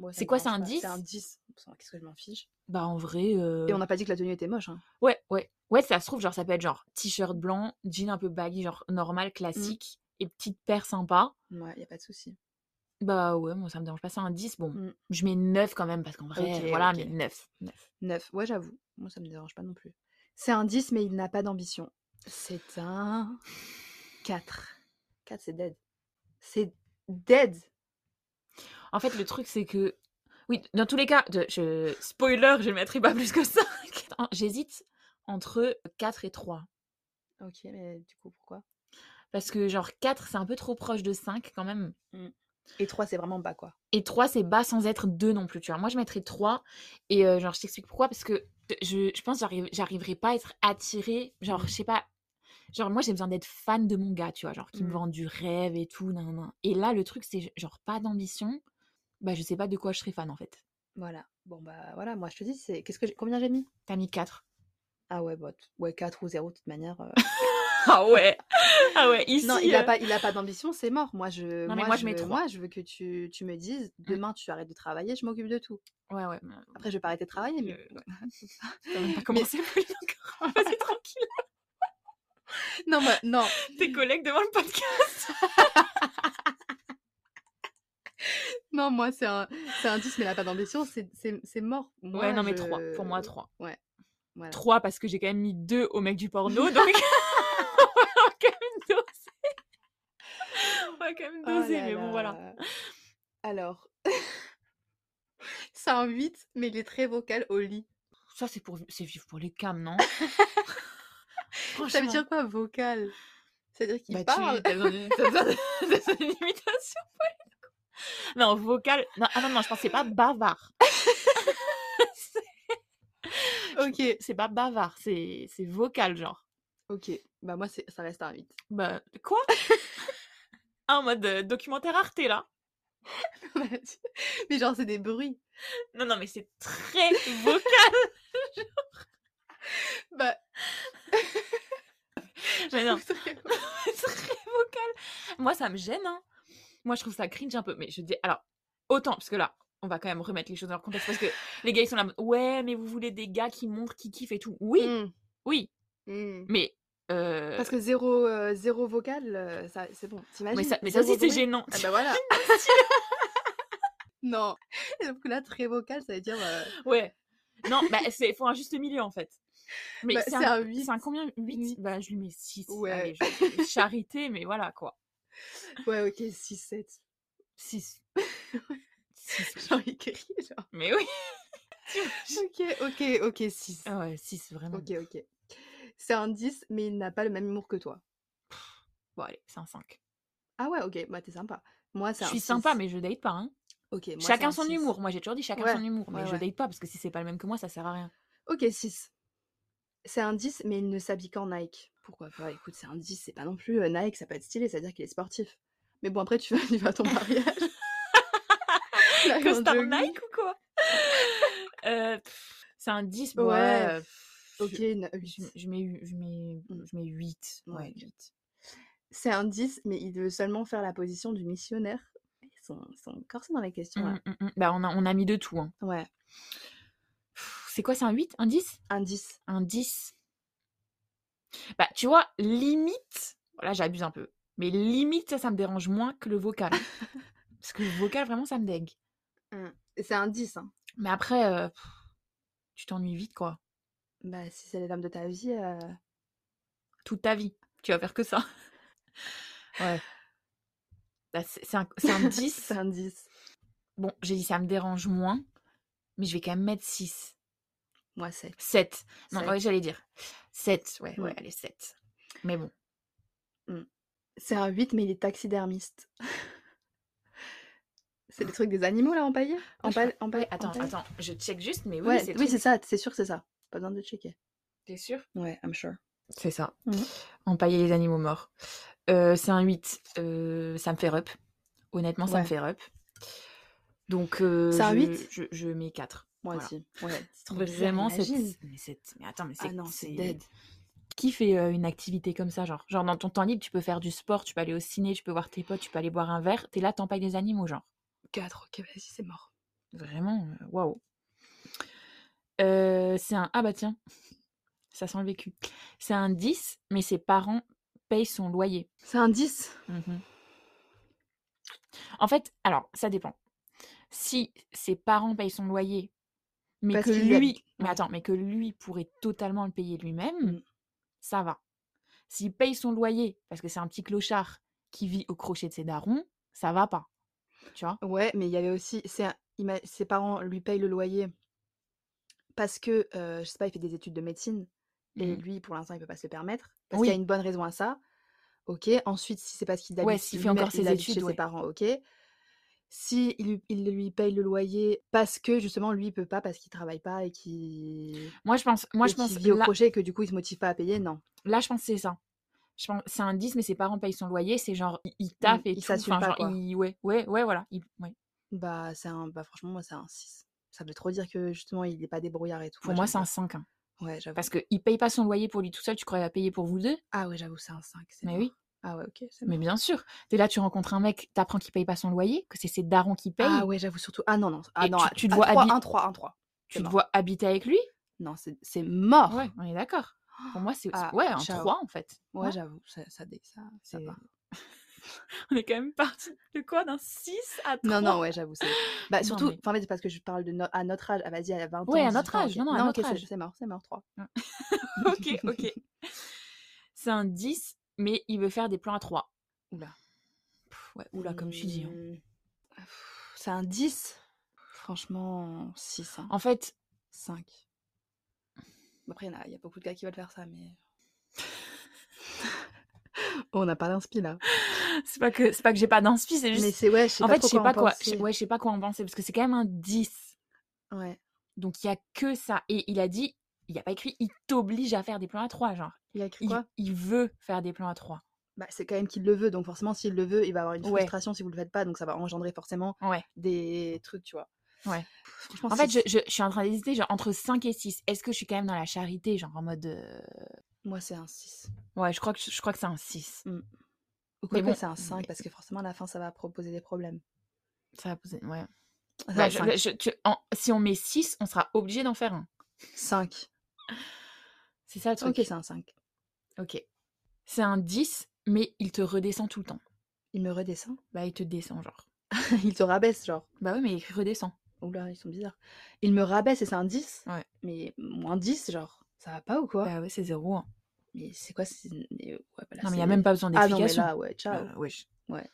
S1: Moi, ça
S2: C'est
S1: me
S2: quoi, c'est
S1: dérange
S2: un
S1: pas.
S2: 10?
S1: C'est un 10. Putain, Qu'est-ce que je m'en fiche
S2: Bah, en vrai. euh,
S1: Et on n'a pas dit que la tenue était moche. hein.
S2: Ouais, ouais. Ouais, ça se trouve, genre, ça peut être genre t-shirt blanc, jean un peu baggy, genre normal, classique, et petite paire sympa.
S1: Ouais, il n'y a pas de souci.
S2: Bah ouais, moi ça me dérange pas, c'est un 10. Bon,
S1: Mm.
S2: je mets 9 quand même, parce qu'en vrai,
S1: Ok,
S2: voilà,
S1: ok.
S2: mais 9. 9.
S1: 9. Ouais, j'avoue. Moi, ça me dérange pas non plus. C'est un 10, mais il n'a pas d'ambition. C'est un 4. 4, c'est dead. C'est dead.
S2: En fait, le truc, c'est que. Oui, dans tous les cas, de- je... spoiler, je le mettrai pas plus que 5. J'hésite entre 4 et 3.
S1: Ok, mais du coup, pourquoi
S2: Parce que, genre, 4, c'est un peu trop proche de 5 quand même.
S1: Et 3, c'est vraiment bas, quoi.
S2: Et 3, c'est bas sans être 2 non plus, tu vois. Moi, je mettrais 3. Et euh, genre, je t'explique pourquoi. Parce que je, je pense que j'arrive- j'arriverai pas à être attirée. Genre, je sais pas. Genre, moi, j'ai besoin d'être fan de mon gars, tu vois. Genre, qui me
S1: Mm.
S2: vend du rêve et tout. nan, nan, nan. Et là, le truc, c'est genre pas d'ambition. Bah, je sais pas de quoi je serais fan en fait.
S1: Voilà. Bon, bah voilà, moi, je te dis, c'est. Qu'est-ce que j'ai- Combien j'ai mis
S2: T'as mis 4.
S1: Ah ouais, bah, t- ouais, 4 ou 0, de toute manière. euh.
S2: Ah ouais Ah ouais, ici.
S1: non, il a
S2: euh,
S1: pas, il a pas d'ambition, c'est mort. Moi, je.
S2: Non, mais moi, je
S1: je,
S2: mets
S1: veux-
S2: trois. Mmh.
S1: moi, je veux que tu, tu me dises, demain, tu arrêtes de travailler, je m'occupe de tout.
S2: Ouais, ouais.
S1: Après, je vais pas arrêter de travailler, mais.
S2: Euh, [LAUGHS] T'as même pas commencé à parler encore. Vas-y, tranquille.
S1: Non, bah, non.
S2: Tes collègues devant le podcast.
S1: Non, moi, c'est un, c'est un 10, mais il n'a pas d'ambition, c'est- c'est c'est mort. Moi,
S2: ouais, non, mais
S1: je-
S2: 3. Pour moi, 3.
S1: Voilà.
S2: 3 parce que j'ai quand même [LAUGHS] mis 2 au mec du porno, donc. quand même une dose. va quand même
S1: Oh
S2: [LAUGHS] doser,
S1: là
S2: mais bon, voilà.
S1: là. Alors, [LAUGHS] c'est un 8, mais il est très vocal au lit.
S2: Ça, c'est pour, c'est vivre pour les
S1: [LAUGHS]
S2: cams, non
S1: Ça veut
S2: Franchement.
S1: dire quoi, vocal C'est-à-dire qu'il
S2: Bah, tu-
S1: parle
S2: t'as besoin de- [LAUGHS] t'as besoin de- t'as besoin d'une imitation, Pauline. Non, vocal. Non, ah non, non, je pensais pas bavard.
S1: Ok.
S2: C'est pas bavard, c'est c'est vocal, genre.
S1: Ok. Bah, moi, c'est- ça reste un [LAUGHS] 8.
S2: Bah, quoi [LAUGHS] Ah, en mode euh, documentaire Arte, là
S1: mais genre, c'est des bruits.
S2: Non, non, mais c'est
S1: [LAUGHS]
S2: très vocal.
S1: Bah, [LAUGHS]
S2: J'allais [LAUGHS] dire,
S1: très-
S2: très vocal. Moi, ça me gêne. hein. Moi, je trouve ça cringe un peu. Mais je dis, alors, autant, parce que là, on va quand même remettre les choses dans leur
S1: [LAUGHS]
S2: contexte. Parce que les gars, ils sont là, ouais, mais vous voulez des gars qui montrent, qui kiffent et tout. Oui,
S1: Mm,
S2: oui,
S1: mm.
S2: mais. euh,
S1: Parce que zéro, euh, zéro vocal, euh, ça, c'est bon. T'imagines
S2: mais ça, mais ça
S1: Zéro
S2: aussi, c'est
S1: bruit.
S2: gênant.
S1: Ah bah
S2: [LAUGHS]
S1: voilà. [LAUGHS] non. Donc là, très vocal, ça veut dire. euh,
S2: [LAUGHS] Ouais. Non, bah, c'est faut un juste milieu, en fait. Mais
S1: bah,
S2: c'est
S1: c'est
S2: un,
S1: un 8.
S2: c'est un combien 8
S1: Huit.
S2: Bah, je lui mets 6.
S1: Ouais. [LAUGHS]
S2: charité, mais voilà, quoi.
S1: Ouais, ok, 6, [LAUGHS] 7.
S2: 6. 6.
S1: Genre, il crie, genre.
S2: Mais oui.
S1: Ok, ok, ok, 6.
S2: Ah ouais, 6, vraiment.
S1: Ok, ok. C'est un 10, mais il n'a pas le même humour que toi.
S2: Bon, allez, c'est un 5.
S1: Ah ouais, ok, bah t'es sympa. Moi, c'est
S2: Je
S1: un
S2: suis
S1: 6.
S2: sympa, mais je date pas, hein.
S1: Ok, moi,
S2: chacun
S1: c'est un
S2: son
S1: six.
S2: humour. Moi, j'ai toujours dit chacun
S1: Ouais,
S2: son humour, mais
S1: ouais,
S2: je
S1: ouais.
S2: date pas parce que si c'est pas le même que moi, ça sert
S1: [LAUGHS]
S2: à rien.
S1: Ok, 6. C'est un 10, mais il ne s'habille qu'en Nike. Pourquoi pas Écoute, c'est un 10, c'est pas non plus euh, Nike, ça peut être stylé, c'est-à-dire qu'il est sportif. Mais bon, après, tu vas, [LAUGHS] tu vas à ton mariage.
S2: [LAUGHS]
S1: Il arrive en
S2: Costard
S1: jogging.
S2: Nike ou quoi Euh, pff, C'est un 10, ouais.
S1: Ouais.
S2: euh, pff,
S1: Ok, ne-
S2: Je,
S1: huit.
S2: je mets, je, mets,
S1: Mm.
S2: je mets 8. Ouais,
S1: Ouais, ok.
S2: huit.
S1: c'est un 10, mais il veut seulement faire la position du missionnaire. Ils sont, ils sont corsés dans la question, là.
S2: Mm, mm, mm. Bah, on, a, on a mis de tout. hein.
S1: Ouais,
S2: Pff, C'est quoi, c'est un 8 Un 10
S1: un 10.
S2: Un 10 Bah, tu vois, limite, là j'abuse un peu, mais limite, ça, ça me dérange moins que
S1: [LAUGHS]
S2: le vocal. parce que le vocal, vraiment, ça me dégue.
S1: C'est un 10, hein.
S2: Mais après, euh, pff, tu t'ennuies vite, quoi.
S1: Bah, si c'est les dames de ta vie, euh,
S2: toute ta vie. Tu vas faire que ça. Ouais. Bah, c'est c'est un, c'est un [LAUGHS] 10.
S1: [LAUGHS] c'est un 10.
S2: Bon, j'ai dit ça me dérange moins, mais je vais quand même mettre 6.
S1: Moi, 7.
S2: 7. Non,
S1: Sept.
S2: ouais, j'allais dire. 7. Ouais, ouais,
S1: Mm.
S2: allez, 7. Mais bon.
S1: C'est un 8, mais il est taxidermiste. [LAUGHS] c'est des trucs des animaux, là, empaillés
S2: Ah, je
S1: Empa- empa-
S2: Ouais, attends,
S1: empaillés
S2: attends, je check juste, mais oui,
S1: Ouais,
S2: c'est
S1: oui, c'est ça, c'est sûr que c'est ça. Pas besoin de checker.
S2: T'es Mmh. sûr
S1: Ouais, I'm sure.
S2: C'est ça.
S1: Mhm.
S2: Empailler les animaux morts. Euh, c'est un 8. Euh, ça me fait rep. Honnêtement, ça me
S1: Ouais.
S2: fait rep. Donc, euh,
S1: C'est un
S2: je-
S1: huit
S2: je, je mets 4.
S1: Moi
S2: Voilà.
S1: aussi. Ouais, c'est trop bizarre,
S2: Vraiment, c'est.
S1: imagine.
S2: Mais, c'est- mais attends, mais c'est.
S1: Ah non, c'est
S2: c'est-
S1: dead.
S2: Qui fait euh, une activité comme ça, genre Genre, dans ton temps libre, tu peux faire du sport, tu peux aller au ciné, tu peux voir tes potes, tu peux aller boire un verre. T'es là, t'empailles des animaux, genre.
S1: 4, ok, vas-y, c'est mort.
S2: Vraiment, euh, waouh. Euh, c'est un. Ah bah tiens, [LAUGHS] ça sent le vécu. C'est un 10, mais ses parents payent son loyer.
S1: C'est un 10
S2: Mhm. En fait, alors, ça dépend. Si ses parents payent son loyer, mais
S1: Parce
S2: que
S1: qu'il y
S2: lui,
S1: habite,
S2: mais
S1: ouais.
S2: attends, mais que lui pourrait totalement le payer lui-même,
S1: Mm.
S2: ça va. S'il paye son loyer parce que c'est un petit clochard qui vit au crochet de ses darons, ça va pas. Tu vois
S1: Ouais, mais il y avait aussi. c'est un- ima- Ses parents lui payent le loyer parce que, euh, je sais pas, il fait des études de médecine et
S2: Mhm.
S1: lui, pour l'instant, il peut pas se le permettre. Parce
S2: Oui.
S1: qu'il y a une bonne raison à ça. Ok. Ensuite, si c'est parce qu'il
S2: Ouais,
S1: habite,
S2: s'il fait
S1: lui-même-
S2: encore
S1: il
S2: ses
S1: habite
S2: études,
S1: chez
S2: ouais.
S1: ses parents, ok. Si il, lui- il lui paye le loyer parce que justement lui il peut pas parce qu'il travaille pas et qu'il
S2: Moi, je pense, moi,
S1: et
S2: je pense
S1: qu'il vit au
S2: là,
S1: projet et que du coup il se motive pas à payer non
S2: là, je pense que c'est ça. Je pense, c'est un 10, mais ses parents payent son loyer. C'est genre, il, il taffe et
S1: Mmh, il
S2: tout.
S1: s'assume
S2: Enfin,
S1: pas,
S2: genre,
S1: quoi.
S2: il- ouais, ouais, ouais, voilà. il- ouais.
S1: bah c'est un bah franchement moi c'est un 6 ça veut trop dire que justement il est pas débrouillard et tout
S2: Pour moi, c'est
S1: j'aime
S2: un 5. hein.
S1: pas. ouais j'avoue
S2: Parce qu'il paye pas son loyer pour lui tout seul, tu crois qu'il va payer pour vous deux
S1: ah ouais j'avoue c'est un 5 c'est
S2: Mais
S1: mort.
S2: oui,
S1: ah ouais ok c'est
S2: mais
S1: mort.
S2: bien sûr. T'es là, tu rencontres un mec, t'apprends qu'il paye pas son loyer, que c'est ses darons qui payent,
S1: Ah ouais, j'avoue surtout. Ah non, non. Ah
S2: Et
S1: non,
S2: tu-
S1: ah,
S2: tu te
S1: ah,
S2: vois
S1: trois,
S2: habi-
S1: un 3, un 3.
S2: tu
S1: c'est
S2: te
S1: mort.
S2: vois habiter avec lui.
S1: Non, c'est c'est mort.
S2: Ouais, on est d'accord. Pour moi, c'est
S1: Ah,
S2: ouais, un
S1: ciao.
S2: 3 en fait.
S1: Ouais,
S2: Ouais.
S1: j'avoue, ça, ça, dé- ça, ça
S2: C'est- [LAUGHS]
S1: part.
S2: On est quand même parti de quoi D'un 6 à 3
S1: Non, non, ouais, j'avoue.
S2: [LAUGHS]
S1: c'est- Bah,
S2: Non,
S1: surtout,
S2: mais-
S1: enfin, mais... parce que je parle de no- à notre âge. Ah, vas-y, à 20 ans.
S2: Ouais, à
S1: 18
S2: notre
S1: ans,
S2: âge,
S1: ok.
S2: non, non, à notre
S1: ok, c'est-
S2: âge. Hein.
S1: c'est mort, c'est mort, 3. [LAUGHS]
S2: [LAUGHS] ok, ok. C'est un 10, mais il veut faire des plans à 3.
S1: Oula.
S2: ouais, oula, comme je dis. hein.
S1: Hmm. Pff, C'est un 10 Franchement, 6,
S2: En fait,
S1: 5. Après, il y en a- il y, a beaucoup de gars qui veulent faire ça,
S2: [LAUGHS]
S1: mais. [LAUGHS] Oh, on n'a pas d'inspi là.
S2: [LAUGHS] c'est pas que c'est pas que j'ai pas d'inspi, c'est
S1: Mais
S2: juste.
S1: c'est ouais, je sais
S2: en
S1: pas
S2: fait, je
S1: trop
S2: sais
S1: quoi
S2: pas
S1: en
S2: quoi. je-
S1: penser.
S2: Ouais, je sais pas quoi en penser parce que c'est quand même un 10.
S1: Ouais.
S2: Donc il y a que ça. Et il a dit, il y a pas écrit, il t'oblige à faire des plans à trois, genre.
S1: Il a écrit
S2: Il,
S1: quoi
S2: il veut faire des plans à trois.
S1: bah, c'est quand même qu'il le veut, donc forcément, s'il le veut, il va avoir une
S2: Ouais.
S1: frustration si vous le faites pas, donc ça va engendrer forcément
S2: Ouais.
S1: des trucs, tu vois.
S2: Ouais.
S1: Pff, Franchement,
S2: En fait, je,
S1: Oh, c'est-
S2: je- je suis en train d'hésiter genre, entre 5 et 6. Est-ce que je suis quand même dans la charité, genre en mode. euh,
S1: moi, c'est un 6.
S2: Ouais, je crois que, je crois que c'est un 6.
S1: Ou
S2: Mais
S1: quoi
S2: bon,
S1: c'est un 5,
S2: mais-
S1: parce que forcément, à la fin, ça va proposer des problèmes.
S2: Ça va poser. Ouais.
S1: Ah,
S2: Bah, je-
S1: ça va,
S2: je- tu- en- si on met 6, on sera obligé d'en faire un.
S1: 5.
S2: C'est ça le truc.
S1: Ok, c'est un 5.
S2: Ok. C'est un 10, mais il te redescend tout le temps.
S1: Il me redescend. [LAUGHS]
S2: Bah, il te descend, genre.
S1: il te rabaisse, genre.
S2: Bah ouais, mais il écrit redescend.
S1: Oula, ils sont bizarres. Il me rabaisse et c'est un 10.
S2: Ouais.
S1: Mais moins 10, genre. Ça va pas ou quoi
S2: Bah ouais, c'est 0.
S1: Mais c'est quoi c'est... mais, euh, ouais, voilà,
S2: non, mais il n'y a
S1: c'est-
S2: même pas besoin
S1: Ah non, mais
S2: d'explication.
S1: là, ouais, ciao.
S2: Bah, wesh.
S1: Ouais.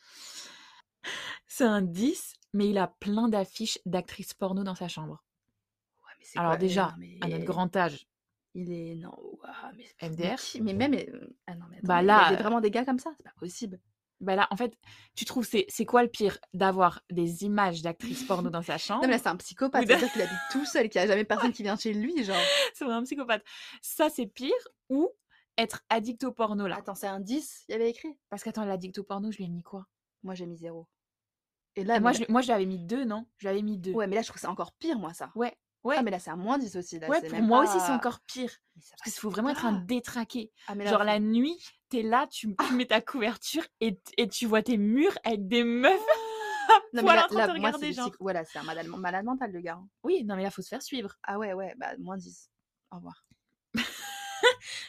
S2: C'est un 10, mais il a plein d'affiches d'actrices porno dans sa chambre.
S1: Ouais, mais c'est
S2: alors
S1: quoi- mais
S2: déjà,
S1: non, mais- eh.
S2: À notre grand âge.
S1: Il est. Non, ouah, mais. mais
S2: MDR.
S1: qui- Mais, même. euh, Ah non, mais attends,
S2: Bah
S1: mais
S2: là,
S1: Il y a des-
S2: euh,
S1: vraiment des gars comme ça C'est pas possible.
S2: Bah là, en fait, tu trouves, c'est, c'est quoi le pire D'avoir des images d'actrices porno dans sa chambre
S1: Non, mais là, c'est un psychopathe.
S2: Ou de-
S1: C'est-à-dire qu'il habite tout seul, qu'il n'y a jamais personne qui vient chez lui, genre.
S2: [LAUGHS] C'est vraiment un psychopathe. Ça, c'est pire. Ou être addict au porno, là.
S1: Attends, c'est un 10, il y avait écrit
S2: Parce qu'attends, l'addict au porno, je lui ai mis quoi
S1: Moi, j'ai mis 0. Et là,
S2: moi,
S1: Ah, mais
S2: je, moi, je lui avais mis deux, non Je lui avais mis deux.
S1: là- Ouais, mais là, je trouve que c'est encore pire, moi, ça.
S2: Ouais, ouais.
S1: Ah, mais là, c'est un moins 10 aussi. Là,
S2: Ouais,
S1: c'est
S2: pour
S1: même
S2: moi aussi, c'est
S1: pas-
S2: encore pire.
S1: Mais ça
S2: Parce qu'il
S1: va
S2: faut vraiment être un détraqué.
S1: Ah, mais là,
S2: Genre
S1: faut-
S2: la nuit, t'es là, tu, tu mets ta couverture et, et tu vois tes murs avec des meufs.
S1: Non, mais
S2: voilà,
S1: là,
S2: en train
S1: là,
S2: de te
S1: moi, c'est
S2: regarder,
S1: du
S2: genre.
S1: psych- Voilà, c'est un malade, malade mental, le gars. hein.
S2: Oui, non mais là, faut se faire suivre.
S1: Ah ouais, ouais, bah, moins 10. Au revoir.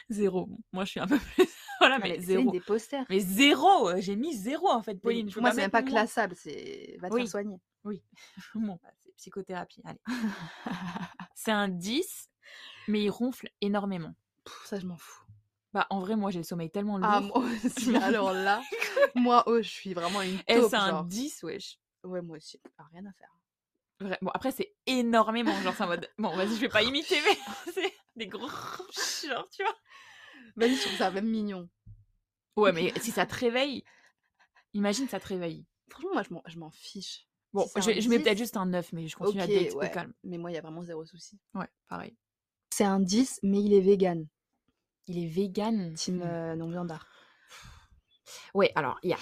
S2: Zéro. Bon, Moi, je suis un peu plus... [LAUGHS] voilà,
S1: Non,
S2: Ah, mais,
S1: c'est
S2: zéro.
S1: des posters.
S2: Mais zéro euh, J'ai mis zéro, en fait,
S1: Mais
S2: Pauline. je peux
S1: moi, c'est même
S2: mettre
S1: pas
S2: moins.
S1: classable, c'est. Va te
S2: Oui.
S1: faire soigner.
S2: Bon, bah, c'est psychothérapie, allez. [LAUGHS] c'est un 10, mais il ronfle énormément.
S1: Pff, ça, je m'en fous.
S2: Bah, en vrai, moi, j'ai le sommeil tellement lourd.
S1: Ah, moi aussi. [LAUGHS]
S2: m'en
S1: Alors là, moi, oh, je suis vraiment une
S2: Eh,
S1: taupe,
S2: c'est un
S1: genre.
S2: 10, wesh.
S1: Ouais, moi aussi. Ah, rien à faire.
S2: Vra- Bon, après, c'est énormément. Genre, c'est en mode. Bon, vas-y, je vais
S1: [LAUGHS]
S2: pas imiter, mais [LAUGHS] c'est des gros. Genre, tu vois.
S1: Vas-y, je trouve ça même mignon.
S2: Ouais, mais si ça te réveille, imagine ça te réveille.
S1: Franchement, moi, je m'en- je m'en fiche.
S2: Bon,
S1: Si c'est
S2: je,
S1: un
S2: je mets
S1: 10,
S2: peut-être juste un 9, mais je continue
S1: ok,
S2: à être
S1: ouais.
S2: au calme.
S1: Mais moi, il y a vraiment zéro souci.
S2: Ouais, pareil.
S1: C'est un 10, mais il est vegan.
S2: Il est vegan.
S1: Team euh, non-viandard.
S2: Ouais, alors, il y a.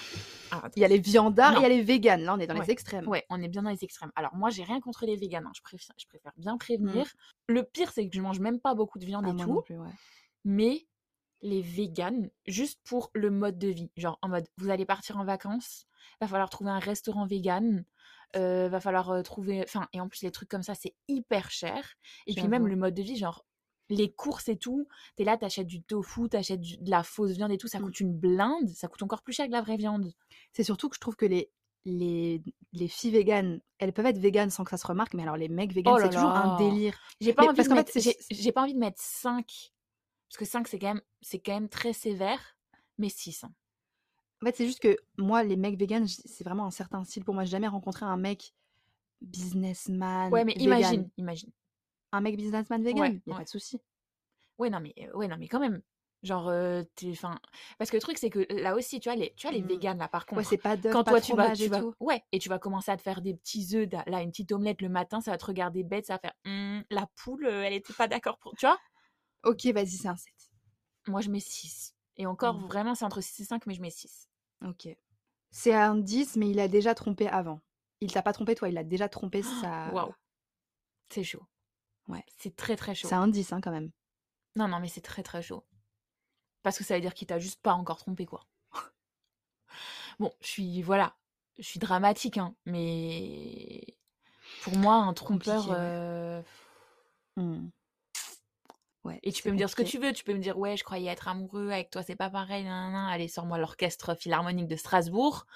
S2: alors,
S1: Il y a les viandards,
S2: Non.
S1: il y a les véganes. Là, on est dans les extrêmes.
S2: Ouais, on est bien dans les extrêmes. Alors moi, j'ai rien contre les véganes, hein, Je, préfère, je préfère bien prévenir. Le pire, c'est que je mange même pas beaucoup de viande
S1: Mmh. Ah, moi
S2: et tout.
S1: non plus, ouais.
S2: Mais les véganes, juste pour le mode de vie. Genre en mode, vous allez partir en vacances, va falloir trouver un restaurant végan. euh, va falloir euh, trouver... Enfin, et en plus, les trucs comme ça, c'est hyper cher. Et puis même
S1: J'avoue.
S2: le mode de vie, genre... Les courses et tout, t'es là, t'achètes du tofu, t'achètes du- de la fausse viande et tout, ça
S1: Mm.
S2: coûte une blinde, ça coûte encore plus cher que la vraie viande.
S1: C'est surtout que je trouve que les, les, les filles véganes, elles peuvent être véganes sans que ça se remarque, mais alors les mecs véganes,
S2: Oh là
S1: c'est toujours un
S2: là.
S1: délire.
S2: J'ai pas,
S1: Mais
S2: envie
S1: parce
S2: de
S1: qu'en
S2: mettre-
S1: fait, c'est-
S2: j'ai- j'ai pas envie de mettre 5. Parce que 5, c'est quand même, c'est quand même très sévère. Mais 6. hein.
S1: En fait, c'est juste que moi, les mecs véganes, j- c'est vraiment un certain style. Pour moi, j'ai jamais rencontré un mec businessman.
S2: Ouais, mais
S1: vegan.
S2: imagine, imagine.
S1: Un mec businessman vegan,
S2: Ouais,
S1: y a
S2: ouais.
S1: pas de souci.
S2: Ouais non, mais, ouais, non, mais quand même. Genre, euh, t'es- 'fin, parce que le truc, c'est que là aussi, tu vois, les, tu vois, les
S1: Mm.
S2: véganes, là, par contre.
S1: Ouais, c'est pas d'œufs,
S2: quand
S1: pas
S2: toi,
S1: de
S2: tu vas,
S1: fromage
S2: tu
S1: et
S2: vas-
S1: tout.
S2: ouais, et tu vas commencer à te faire des petits œufs, da- là, une petite omelette le matin, ça va te regarder bête, ça va faire, Hum, la poule, euh, elle était pas d'accord pour, tu vois.
S1: Ok, vas-y, c'est un 7.
S2: Moi, je mets 6. Et encore,
S1: Mm.
S2: vraiment, c'est entre 6 et 5, mais je mets 6.
S1: Ok. C'est un 10, mais il a déjà trompé avant. Il t'a pas trompé, toi, il a déjà trompé sa.
S2: Waouh. C'est chaud.
S1: Ah. Ouais.
S2: C'est très, très chaud.
S1: C'est un 10, hein, quand même.
S2: Non, non, mais c'est très très chaud. Parce que ça veut dire qu'il t'a juste pas encore trompé, quoi. [LAUGHS] bon, je suis. Voilà. Je suis dramatique, hein. Mais. Pour moi, un trompeur.
S1: Compliqué, ouais.
S2: euh,
S1: Hmm. Ouais,
S2: Et tu
S1: c'est
S2: peux me dire ce que
S1: compliqué.
S2: tu veux. Tu peux me dire, ouais, je croyais être amoureux, avec toi, c'est pas pareil. nan, nan, nan. Allez, sors-moi l'orchestre philharmonique de Strasbourg.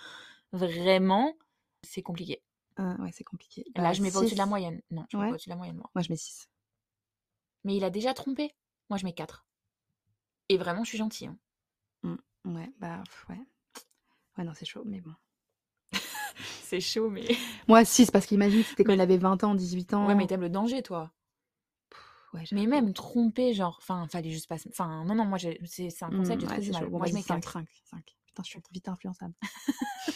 S2: Vraiment, c'est compliqué.
S1: Ah, ouais, c'est compliqué.
S2: Là,
S1: Bah,
S2: je mets pas au-dessus de la
S1: six.
S2: moyenne. Non, je mets
S1: Ouais.
S2: pas au-dessus de la moyenne, moi.
S1: Moi, je mets 6.
S2: Mais il a déjà trompé. Moi, je mets 4. Et vraiment, je suis gentille. hein.
S1: Ouais, bah pff, ouais. Ouais, non, c'est chaud, mais bon.
S2: c'est chaud, mais.
S1: Moi, 6, parce qu'imagine, c'était quand
S2: Mais-
S1: il avait 20 ans, 18 ans.
S2: Ouais, mais t'aimes le danger, toi.
S1: Ouais, j'avoue.
S2: Mais même tromper, genre, enfin, fallait juste pas. se- Enfin, non, non, moi, j'ai- c'est Mmh, c'est un concept,
S1: Hmm,
S2: j'ai
S1: ouais,
S2: trop du
S1: c'est
S2: mal.
S1: chaud. Bon,
S2: Moi, je
S1: vas-y,
S2: m'écarte.
S1: cinq, cinq, cinq. Putain, je suis vite influençable. [LAUGHS]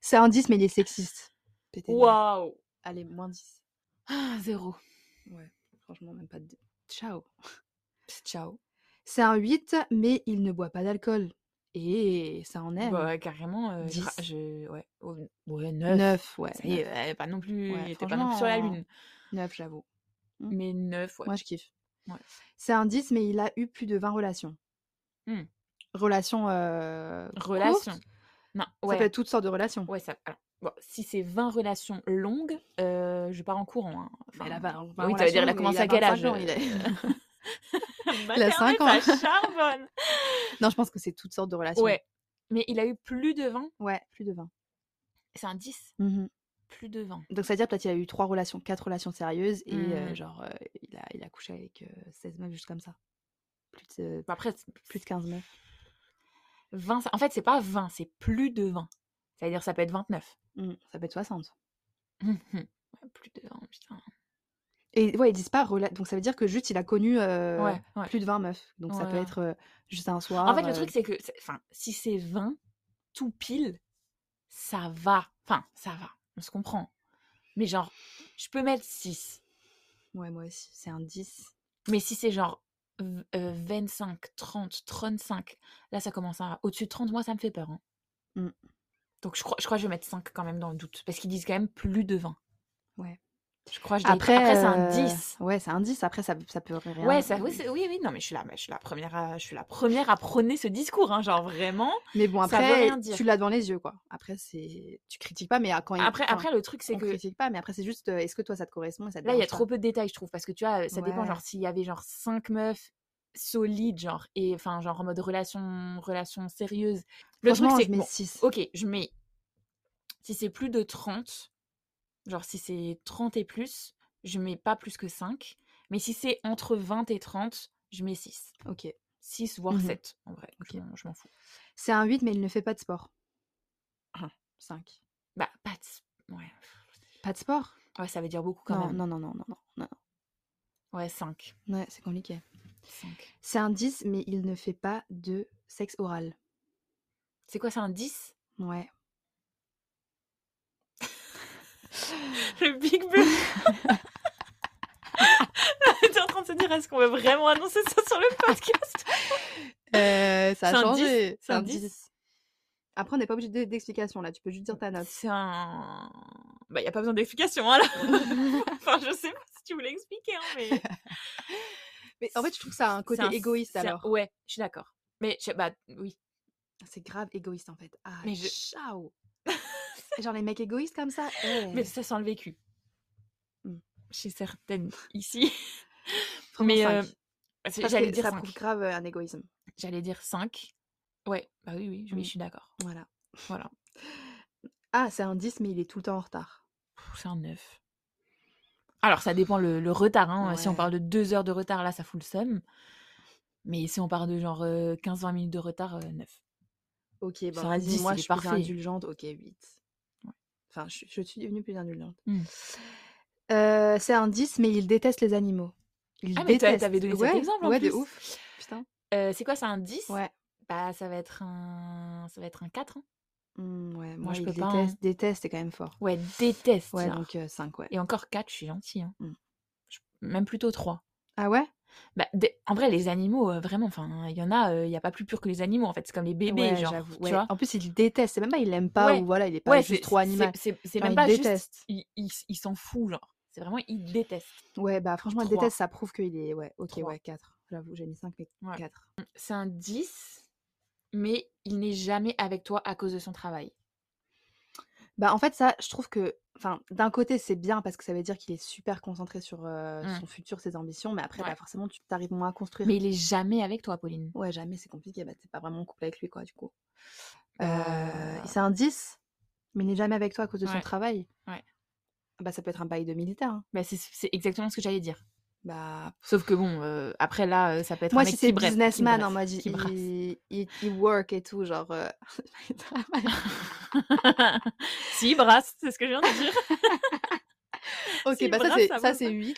S1: c'est un 10, mais il est sexiste. Pété de merde.
S2: Waouh
S1: Allez, moins 10.
S2: Ah, Zéro.
S1: Ouais, franchement, même pas de. Ciao.
S2: Pss, Ciao.
S1: C'est un 8, mais il ne boit pas d'alcool. Et ça en aime.
S2: Bah, carrément, euh, je ra-
S1: Dix.
S2: je- Ouais, Oh, ouais 9.
S1: 9, ouais.
S2: Ça y est,
S1: 9,
S2: euh, pas non plus,
S1: Ouais,
S2: il était pas non plus sur la
S1: franchement,
S2: lune.
S1: j'avoue. Mm.
S2: Mais 9, ouais.
S1: Moi, je kiffe.
S2: Ouais.
S1: C'est un 10, mais il a eu plus de 20 relations.
S2: Hmm.
S1: Relations. euh,
S2: Relation.
S1: courtes
S2: Non,
S1: Ça
S2: ouais.
S1: peut être toutes sortes de relations.
S2: Ouais, ça. alors, bon, si c'est 20 relations longues, euh, je pars en courant. hein.
S1: Mais elle a
S2: Enfin, [LAUGHS]
S1: 20
S2: oui, ça
S1: relations,
S2: veut dire, elle a
S1: mais
S2: commencé
S1: il
S2: à quel
S1: 25
S2: âge
S1: ans, il a-
S2: [LAUGHS] Maternelle,
S1: Il a cinq
S2: ça
S1: ans.
S2: [LAUGHS] charbonne.
S1: Non, je pense que c'est toutes sortes de relations.
S2: Ouais. Mais il a eu plus de 20.
S1: Ouais, plus de 20.
S2: C'est un 10.
S1: Mhm.
S2: Plus de 20.
S1: Donc ça veut dire peut-être qu'il a eu trois relations, quatre relations sérieuses et euh,
S2: Mm.
S1: genre euh, il, a, il a couché avec euh, 16 meufs juste comme ça. Plus de,
S2: Bah, Après, c'est-
S1: plus de 15 meufs.
S2: 20. ça- En fait, c'est pas 20, c'est plus de 20. Ça veut dire ça peut être 29.
S1: Mm, Ça peut être 60.
S2: Hum, hum. Ouais, plus de 20, putain.
S1: Et ouais, ils disent pas rela- donc ça veut dire que juste il a connu euh,
S2: Ouais, Ah ouais.
S1: plus de 20 meufs. Donc ça peut
S2: Ouais.
S1: être euh, juste un soir.
S2: En fait, le
S1: euh,
S2: truc, c'est que c'est- enfin, si c'est 20, tout pile, ça va. Enfin, ça va. On se comprend. Mais genre, je peux mettre 6.
S1: Ouais, moi aussi, c'est un 10.
S2: Mais si c'est genre v- euh, 25, 30, 35, là, ça commence à. Au-dessus de 30, moi, ça me fait peur. hein.
S1: Mm.
S2: Donc, je crois, je crois que je vais mettre 5 quand même dans le doute. Parce qu'ils disent quand même plus de 20.
S1: Ouais.
S2: Je crois que je dois-
S1: Après,
S2: Après, c'est un
S1: euh,
S2: 10.
S1: Ouais, c'est un 10. Après, ça, ça peut rien.
S2: Ouais, ça, Hein. oui, c'est- oui, oui, non, mais je suis la, je suis la première, à, je suis la première à prôner ce discours, hein, genre vraiment.
S1: Mais bon,
S2: ça veut
S1: après,
S2: rien dire.
S1: tu l'as dans les yeux, quoi. Après, c'est. Tu critiques pas, mais à- quand il-
S2: Après,
S1: enfin,
S2: après, le truc, c'est
S1: on
S2: que
S1: critique pas, mais après, c'est juste, euh, est-ce que toi, ça te correspond et ça te
S2: Là, il y a
S1: dérange pas
S2: trop peu de détails, je trouve, parce que tu vois, ça dépend.
S1: Ouais.
S2: Genre, s'il y avait genre cinq meufs solides, genre, et enfin, genre en mode relation, relation sérieuse. Le truc,
S1: Franchement,
S2: c'est
S1: je
S2: que,
S1: mets
S2: bon,
S1: 6.
S2: ok, je mets. Si c'est plus de 30, genre si c'est 30 et plus, je mets pas plus que 5. Mais si c'est entre 20 et 30, je mets 6.
S1: Ok.
S2: 6 voire
S1: Mhm.
S2: 7, en vrai.
S1: Ok.
S2: Je m'en- Je m'en fous.
S1: C'est un 8, mais il ne fait pas de sport.
S2: Ah.
S1: 5.
S2: Bah, pas de. Ouais.
S1: Pas de sport
S2: Ouais, ça veut dire beaucoup quand
S1: non,
S2: même.
S1: non, non, non, non, non, non,
S2: Ouais, 5.
S1: non. Ouais, c'est compliqué. C'est un 10, mais il ne fait pas de sexe oral.
S2: C'est quoi, c'est un 10
S1: Ouais.
S2: [LAUGHS] Le Big
S1: [LAUGHS]
S2: [LAUGHS] Bang. T'es en train de se dire, est-ce qu'on veut vraiment annoncer ça sur le podcast
S1: [LAUGHS] Euh, ça
S2: C'est
S1: a
S2: un
S1: changé.
S2: 10, c'est un 10.
S1: Après, on n'est pas obligé de- d'explication là. Tu peux juste dire ta [LAUGHS] note.
S2: C'est un. Bah, y a pas besoin d'explication, hein, là. [LAUGHS] enfin, je sais pas si tu voulais expliquer, hein, mais.
S1: Mais [LAUGHS] en fait, je trouve que ça a un côté
S2: C'est
S1: égoïste
S2: c'est un-
S1: alors.
S2: Ouais, je suis d'accord. Mais, je- bah, oui.
S1: C'est grave égoïste en fait. Ah,
S2: Mais
S1: [LAUGHS]
S2: je-
S1: ciao Genre les mecs égoïstes comme ça eh.
S2: Mais ça sent le vécu.
S1: Mm.
S2: Chez certaines ici.
S1: Franchement,
S2: mais,
S1: cinq.
S2: euh, C'est-
S1: Parce
S2: J'allais
S1: que
S2: dire
S1: ça
S2: 5.
S1: prouve grave euh, un égoïsme.
S2: J'allais dire 5. Ouais, bah oui, oui, je, oui,
S1: Mm.
S2: je suis d'accord.
S1: Voilà.
S2: Voilà.
S1: Ah, c'est un 10, mais il est tout le temps en retard.
S2: Pff, C'est un 9. Alors, ça dépend le, le retard. hein. Si on
S1: Ouais.
S2: parle de 2 heures de retard, là, ça fout le seum. Mais si on parle de genre euh, 15-20 minutes de retard, euh, 9.
S1: Ok, ben
S2: un
S1: vas-y,
S2: 10,
S1: moi
S2: il
S1: je
S2: est
S1: suis plus
S2: parfait.
S1: indulgente. Ok, 8.
S2: Ouais.
S1: Enfin, je, je suis devenue plus indulgente.
S2: Hmm.
S1: Euh, c'est un 10, mais il déteste les animaux. Il
S2: Ah, mais t'as-
S1: déteste.
S2: t'avais donné cet
S1: Ouais,
S2: exemple, en
S1: ouais, de
S2: plus.
S1: ouf. Putain.
S2: Euh, c'est quoi, c'est un 10
S1: Ouais.
S2: Bah, ça va être un, ça va être un 4. hein.
S1: Hmm, ouais, moi,
S2: je
S1: il
S2: peux
S1: déteste.
S2: pas, hein.
S1: Déteste, c'est quand même fort.
S2: Ouais, déteste.
S1: Ouais,
S2: genre.
S1: donc 5, ouais.
S2: Et encore 4, je suis gentille. hein.
S1: Mm.
S2: Je- Même plutôt 3.
S1: Ah ouais
S2: Bah, dé- En vrai, les animaux, euh, vraiment, enfin, il y en a, euh, il y n'y a pas plus pur que les animaux, en fait. C'est comme les bébés,
S1: Ouais,
S2: genre.
S1: j'avoue,
S2: tu
S1: ouais.
S2: vois
S1: En plus, il déteste. C'est même pas il l'aime pas
S2: Ouais.
S1: ou voilà, il est pas
S2: ouais,
S1: juste
S2: c'est
S1: trop
S2: c'est-
S1: animal.
S2: C'est c'est
S1: Genre,
S2: même
S1: il
S2: pas juste.
S1: déteste.
S2: Il, il s- il s'en fout, genre. C'est vraiment, il déteste.
S1: Ouais, bah franchement, il
S2: Trois.
S1: déteste, ça prouve qu'il est. Ouais, ok,
S2: Trois.
S1: ouais, 4. J'avoue, j'ai mis 5, mais
S2: Ouais.
S1: 4.
S2: c'est un 10, mais il n'est jamais avec toi à cause de son travail.
S1: Bah en fait, ça, je trouve que. Enfin, d'un côté, c'est bien parce que ça veut dire qu'il est super concentré sur euh,
S2: Mm.
S1: son futur, ses ambitions, mais après,
S2: Ouais.
S1: bah, forcément, tu t'arrives moins à construire.
S2: Mais il est jamais avec toi, Pauline.
S1: Ouais, jamais, c'est compliqué. Bah, t'es pas vraiment en couple avec lui, quoi, du coup. Euh,
S2: Bah,
S1: C'est un 10, mais il n'est jamais avec toi à cause de son
S2: Ouais.
S1: travail.
S2: Ouais.
S1: Bah, ça peut être un bail de militaire. hein.
S2: Bah, c'est- c'est exactement ce que j'allais dire.
S1: Bah,
S2: Sauf que bon, euh, après là, euh, ça peut être un
S1: Moi,
S2: mec
S1: si
S2: qui
S1: c'est
S2: bref- qui
S1: businessman,
S2: bref-
S1: en mode
S2: qui brasse.
S1: [LAUGHS] il, il, il work et tout, genre. euh, il travaille.
S2: [LAUGHS] si, brasse, c'est ce que je viens de dire.
S1: Ok,
S2: Si,
S1: bah ça,
S2: brave,
S1: c'est-
S2: ça
S1: ça
S2: vaut.
S1: c'est 8.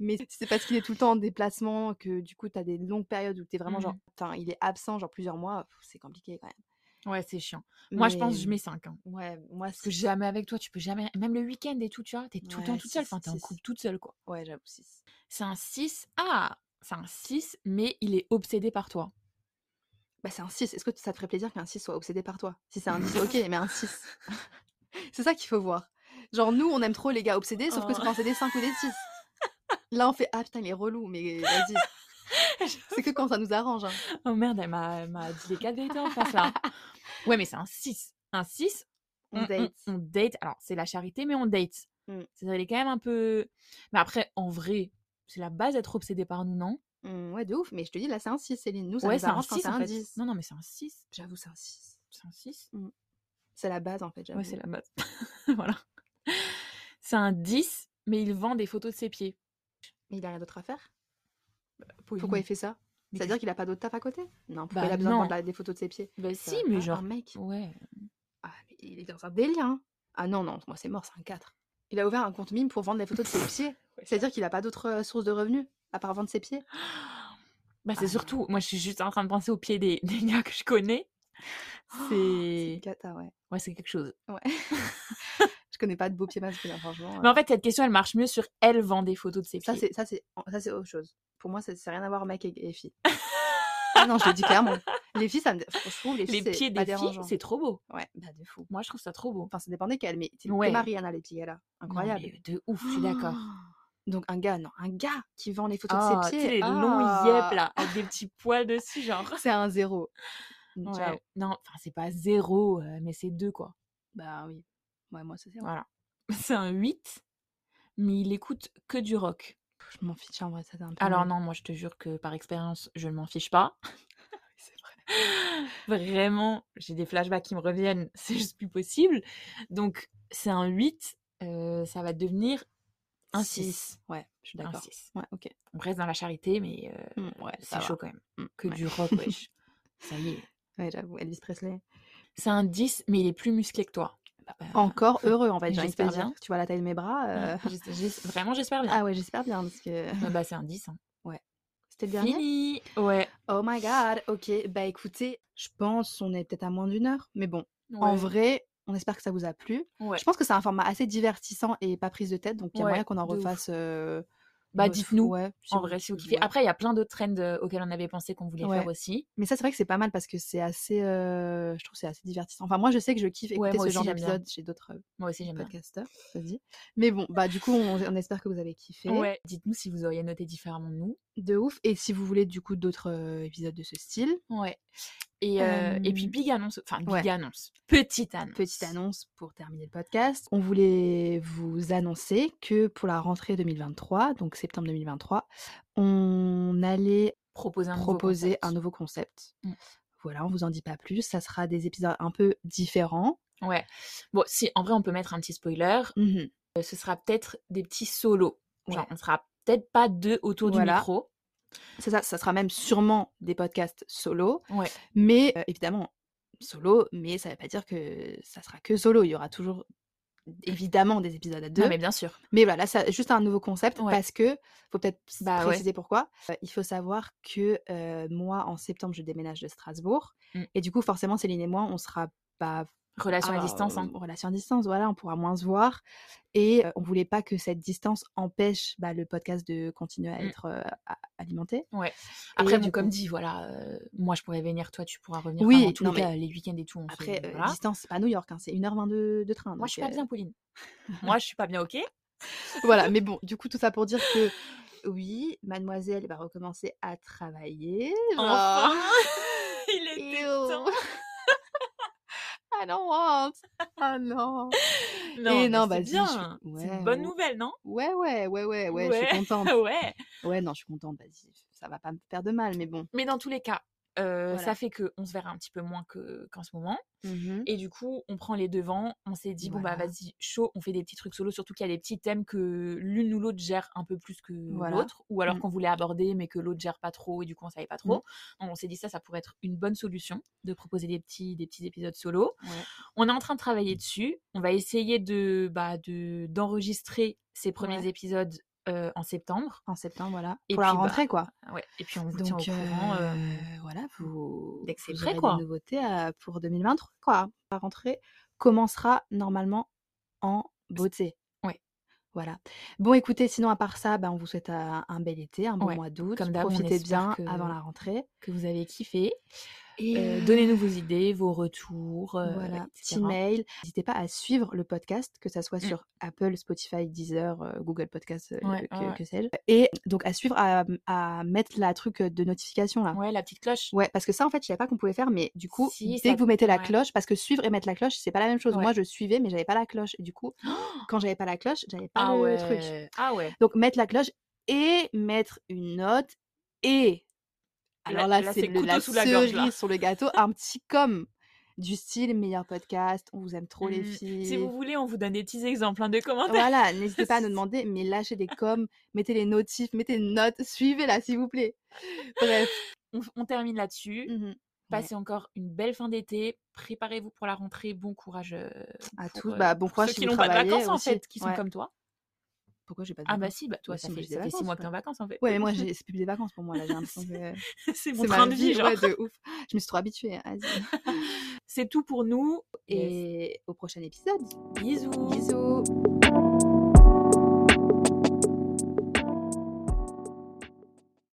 S1: Mais c'est parce qu'il est tout le temps en déplacement que du coup, tu as des longues périodes où tu es vraiment genre,
S2: Mhm.
S1: putain, il est absent, genre plusieurs mois, pff, c'est compliqué quand même.
S2: Ouais, c'est chiant. Moi, je pense que je mets 5. Hein.
S1: Ouais, moi,
S2: Parce que
S1: c'est.
S2: jamais avec toi, tu peux jamais. Même le week-end et tout, tu vois, t'es tout le temps
S1: Ouais,
S2: toute seule.
S1: six,
S2: Enfin, t'es en
S1: six.
S2: couple toute seule, quoi.
S1: Ouais, j'avoue, six.
S2: C'est un 6. Ah C'est un 6, mais il est obsédé par toi.
S1: Bah, c'est un 6. Est-ce que ça te ferait plaisir qu'un 6 soit obsédé par toi Si c'est un 10, ok, mais un 6. [LAUGHS] c'est ça qu'il faut voir. Genre, nous, on aime trop les gars obsédés, sauf que c'est
S2: Oh.
S1: quand c'est des 5 ou des 6. Là, on fait Ah putain, il est relou, mais vas-y.
S2: [LAUGHS]
S1: c'est que quand ça nous arrange. hein.
S2: Oh merde, elle m'a elle m'a dit les 4 vérités en face, là. [LAUGHS] Ouais, mais c'est un 6. Un 6, Mmh,
S1: On date.
S2: On, date. Alors, c'est la charité, mais on date.
S1: Mm.
S2: C'est-à-dire, elle est quand même un peu. Mais après, en vrai, c'est la base d'être obsédé par nous, non
S1: Hum, ouais, de ouf. Mais je te dis, là, c'est un 6, Céline. Nous, ça
S2: mmh. Ouais,
S1: nous
S2: c'est un
S1: arrange quand
S2: 6.
S1: c'est
S2: En
S1: un
S2: fait.
S1: 10.
S2: Non, non, mais c'est un 6.
S1: J'avoue, c'est un 6.
S2: C'est un 6.
S1: C'est la base, en fait. j'avoue.
S2: Ouais, c'est la base. [LAUGHS] voilà. C'est un 10, mais il vend des photos de ses pieds.
S1: Mais il a rien d'autre à faire.
S2: Pauline.
S1: Pourquoi il fait ça
S2: Mais
S1: C'est-à-dire
S2: qu'est-ce-
S1: qu'il a pas d'autre taf à côté Non, pourquoi
S2: Bah,
S1: il a besoin de
S2: non.
S1: vendre la- des photos de ses pieds
S2: Bah,
S1: Ça
S2: si,
S1: va
S2: mais
S1: pas,
S2: genre.
S1: Un mec.
S2: Ouais.
S1: Ah, mais il est dans un délire. hein. Ah non, non, moi, c'est mort, c'est un 4. Il a ouvert un compte mime pour vendre des photos
S2: [LAUGHS]
S1: de ses pieds. C'est-à-dire qu'il a pas d'autre euh, source de revenus à part vendre ses pieds.
S2: Bah,
S1: Ah.
S2: c'est surtout. Moi, je suis juste en train de penser aux pieds des, [LAUGHS] des gars que je connais.
S1: Oh, C'est une
S2: C'est.
S1: cata, ouais.
S2: Ouais, c'est quelque chose.
S1: ouais. je connais pas de beaux pieds masculins, franchement.
S2: Mais
S1: euh.
S2: en fait, cette question, elle marche mieux sur elle vend des photos de ses
S1: Ça,
S2: pieds.
S1: c'est ça, c'est ça, c'est autre chose. Pour moi, ça c'est rien à voir mec et, et
S2: [LAUGHS]
S1: fille. ah non, je le dis clairement. Les filles, ça me, je trouve les
S2: les
S1: filles,
S2: pieds
S1: c'est pas
S2: des filles,
S1: dérangeant.
S2: c'est trop beau.
S1: Ouais, bah de fou.
S2: Moi, je trouve ça trop beau.
S1: Enfin, ça dépend desquelles, mais c'est
S2: Ouais.
S1: que Mariana les pieds là,
S2: Non,
S1: incroyable.
S2: mais de ouf, je suis d'accord.
S1: [GASPS] Donc un gars, non, un gars qui vend les photos de
S2: Ah,
S1: ses
S2: tu
S1: pieds.
S2: sais, les longs
S1: ah,
S2: yep là, avec des petits poils dessus, [LAUGHS] genre.
S1: [LAUGHS] C'est un zéro.
S2: Ouais.
S1: Ciao.
S2: Non, enfin, c'est pas zéro, euh, mais c'est deux, quoi.
S1: Bah oui. Ouais, moi c'est zéro.
S2: Voilà. [LAUGHS] C'est un 8, mais il écoute que du rock.
S1: Je m'en fiche en vrai, ça c'est un peu.
S2: Alors
S1: nul.
S2: non, moi, je te jure que par expérience, je ne m'en fiche pas. [LAUGHS]
S1: C'est vrai.
S2: Vraiment, j'ai des flashbacks qui me reviennent, [LAUGHS] c'est juste plus possible. Donc, c'est un 8, euh, ça va devenir un
S1: Six.
S2: 6.
S1: Ouais, je suis
S2: Un
S1: d'accord.
S2: 6.
S1: Ouais, ok.
S2: On reste dans la charité, mais euh,
S1: Mm, ouais, ça
S2: c'est
S1: va.
S2: chaud quand même.
S1: Mm,
S2: Que
S1: ouais.
S2: du rock, wesh. [LAUGHS] Ça y est.
S1: Ouais, j'avoue, Elvis Presley.
S2: C'est un 10, mais il est plus musclé que toi. Bah,
S1: Encore heureux en fait, j'ai envie de te
S2: J'espère
S1: dire.
S2: bien. Mmh.
S1: Tu vois la taille de mes bras. euh,
S2: j'es- j'es- Vraiment, j'espère bien.
S1: Ah ouais, j'espère bien parce que
S2: Bah, bah, c'est un 10. hein.
S1: c'était le dernier.
S2: Fini Ouais.
S1: Oh my god, ok. Bah écoutez, je pense on est peut-être à moins d'une heure, mais bon, en vrai, on espère que ça vous a plu.
S2: Ouais.
S1: Je pense que c'est un format assez divertissant et pas prise de tête, donc il y a
S2: Ouais,
S1: moyen qu'on en
S2: de ouf.
S1: refasse. euh,
S2: Bah,
S1: une autre
S2: dites-nous,
S1: fois, ouais, si
S2: En
S1: vous-
S2: vrai, si vous
S1: si-
S2: kiffez.
S1: ouais.
S2: Après, il y a plein d'autres trends euh, auxquels on avait pensé qu'on voulait
S1: Ouais.
S2: faire aussi.
S1: Mais ça, c'est vrai que c'est pas mal parce que c'est assez, euh, je trouve, que c'est assez divertissant. Enfin, moi, je sais que je kiffe
S2: Ouais,
S1: écouter
S2: moi
S1: ce
S2: aussi,
S1: genre
S2: j'aime bien.
S1: d'épisode chez d'autres euh,
S2: Moi aussi, j'aime bien.
S1: podcasteurs, ça se dit. Mais bon, bah du coup, on, on espère que vous avez kiffé.
S2: Ouais. Dites-nous si vous auriez noté différemment de nous.
S1: De ouf. Et si vous voulez du coup d'autres euh, épisodes de ce style,
S2: Ouais. Et, euh, et puis,
S1: Euh,
S2: big annonce. Enfin, big
S1: ouais.
S2: annonce. Petite annonce.
S1: Petite annonce pour terminer le podcast. On voulait vous annoncer que pour la rentrée 2023, donc septembre 2023, on allait
S2: Proposer un nouveau
S1: proposer
S2: concept.
S1: un nouveau concept.
S2: Mm.
S1: Voilà, on vous en dit pas plus. Ça sera des épisodes un peu différents.
S2: Ouais. Bon, si, en vrai, on peut mettre un petit spoiler.
S1: Mhm.
S2: Euh, ce sera peut-être des petits solos. Genre,
S1: Ouais.
S2: on sera peut-être pas deux autour
S1: Voilà.
S2: du micro.
S1: C'est ça, ça sera même sûrement des podcasts solo.
S2: Ouais.
S1: Mais euh, évidemment, solo, mais ça veut pas dire que ça sera que solo. Il y aura toujours évidemment des épisodes à deux.
S2: Ah, mais bien sûr.
S1: Mais voilà, là, ça, juste un nouveau concept
S2: Ouais.
S1: parce que faut peut-être s-
S2: Bah ouais.
S1: préciser pourquoi. Euh, il faut savoir que euh, moi, en septembre, je déménage de Strasbourg
S2: Mm.
S1: et du coup, forcément, Céline et moi, on sera pas
S2: Relation
S1: Ah,
S2: à distance. hein.
S1: relation à distance. Voilà, on pourra moins se voir et euh, on voulait pas que cette distance empêche bah, le podcast de continuer à
S2: Mm.
S1: être euh, a- alimenté.
S2: Après,
S1: du
S2: bon, comme
S1: coup-
S2: dit, voilà, euh, moi je pourrais venir, toi tu pourras revenir.
S1: Oui,
S2: Enfin, en tous
S1: non,
S2: les
S1: mais
S2: cas, les week-ends et tout. On se-
S1: Après, euh,
S2: voilà.
S1: distance, c'est pas New York, hein, c'est 1h22 de train.
S2: Moi
S1: donc,
S2: je suis pas
S1: euh,
S2: bien, Pauline. moi je suis pas bien, ok
S1: [LAUGHS] voilà, mais bon, du coup, tout ça pour dire que oui, mademoiselle va recommencer à travailler.
S2: Oh,
S1: genre.
S2: Enfin [LAUGHS] Il était temps.
S1: Ew. I don't want. Ah non.
S2: Non, bah,
S1: Et [LAUGHS] non,
S2: mais
S1: vas-y,
S2: c'est
S1: je suis-
S2: bien. C'est
S1: ouais,
S2: une bonne
S1: ouais.
S2: nouvelle, non
S1: Ouais, ouais, ouais, ouais, ouais, je suis
S2: [LAUGHS] Ouais.
S1: contente.
S2: Ouais.
S1: Ouais, non, je suis contente, vas-y. Ça va pas me faire de mal, mais bon.
S2: Mais dans tous les cas, Euh,
S1: Voilà.
S2: Ça fait qu'on se verra un petit peu moins que- qu'en ce moment.
S1: Mhm.
S2: Et du coup, on prend les devants. On s'est dit, bon, bah
S1: Voilà.
S2: vas-y, chaud, on fait des petits trucs solo. Surtout qu'il y a des petits thèmes que l'une ou l'autre gère un peu plus que
S1: Voilà.
S2: l'autre. Ou alors
S1: Mm.
S2: qu'on voulait aborder, mais que l'autre gère pas trop. Et du coup, on savait pas trop. Donc, on s'est dit, ça, ça pourrait être une bonne solution de proposer des petits, des petits épisodes solo.
S1: Ouais.
S2: On est en train de travailler dessus. On va essayer de bah, de- d'enregistrer ces premiers
S1: Ouais.
S2: épisodes euh, en septembre.
S1: En septembre, voilà.
S2: Et
S1: pour la
S2: puis, bah,
S1: rentrée, quoi.
S2: Ah Ouais. Et puis, on vous tient au
S1: Donc,
S2: courant. euh,
S1: euh, voilà, vous,
S2: dès que c'est
S1: vous
S2: prêt,
S1: aurez
S2: quoi.
S1: des nouveautés à- pour 2023, quoi. La rentrée commencera normalement en beauté.
S2: Ouais.
S1: Voilà. Bon, écoutez, sinon, à part ça, ben, on vous souhaite euh, un bel été, un bon
S2: Ouais.
S1: mois d'août.
S2: Comme d'hab, on
S1: Profitez
S2: espère
S1: bien
S2: que-
S1: avant la rentrée.
S2: que vous avez kiffé.
S1: Et
S2: Euh,
S1: euh,
S2: Donnez-nous vos idées, vos retours. euh,
S1: Voilà,
S2: etc.
S1: petit mail. N'hésitez pas à suivre le podcast, que ça soit
S2: Mm.
S1: sur Apple, Spotify, Deezer, euh, Google Podcast, euh,
S2: Ouais,
S1: que,
S2: ouais, ouais.
S1: que sais-je. Et donc à suivre, à, mmh, à mettre la truc de notification là. Ouais.
S2: Ouais, la petite cloche.
S1: parce que ça en fait, je savais pas qu'on pouvait faire, mais du coup,
S2: Si,
S1: dès
S2: ça-
S1: que vous mettez la
S2: ouais.
S1: cloche, parce que suivre et mettre la cloche, c'est pas la même chose.
S2: Ouais.
S1: Moi, je suivais, mais j'avais pas la cloche. Et du
S2: [GASPS]
S1: coup, quand j'avais pas la cloche, j'avais pas
S2: ah
S1: le
S2: ouais.
S1: truc.
S2: Ah ouais.
S1: Donc mettre la cloche et mettre une note et alors
S2: Là-
S1: là,
S2: là,
S1: c'est
S2: c'est
S1: le-
S2: couteau
S1: la
S2: sous la gorge, là.
S1: cerise sur le gâteau, un petit com du style meilleur podcast, on vous aime trop les
S2: Mm,
S1: filles.
S2: Si vous voulez, on vous donne des petits exemples hein, de commentaires. [LAUGHS]
S1: Voilà, n'hésitez pas à nous demander, mais lâchez des coms, mettez les notifs, mettez une note, suivez-la s'il vous plaît. Bref.
S2: On, on termine là-dessus.
S1: mhm.
S2: Passez encore une belle fin d'été. Préparez-vous pour la rentrée. Bon courage euh,
S1: À
S2: pour,
S1: tous,
S2: euh,
S1: bah, bon
S2: pour
S1: courage
S2: ceux
S1: si
S2: qui
S1: vous
S2: n'ont pas de
S1: travaillez
S2: vacances en
S1: aussi.
S2: fait, qui sont
S1: Ouais.
S2: comme toi.
S1: Pourquoi j'ai pas de
S2: Ah bah
S1: vacances
S2: si, bah toi,
S1: Bah,
S2: ça
S1: si, moi,
S2: fait,
S1: j'ai des
S2: ça fait six
S1: vacances,
S2: mois que t'es en vacances en fait.
S1: Ouais, mais
S2: [LAUGHS]
S1: moi, j'ai- c'est plus des vacances pour moi, là, j'ai l'impression que
S2: c'est [LAUGHS] mon
S1: c'est
S2: train
S1: ma
S2: de
S1: vie,
S2: vie, genre.
S1: ouais, de ouf. Je me suis trop habituée, hein, vas-y.
S2: C'est tout pour nous. Et
S1: Et au prochain épisode.
S2: bisous.
S1: Bisous.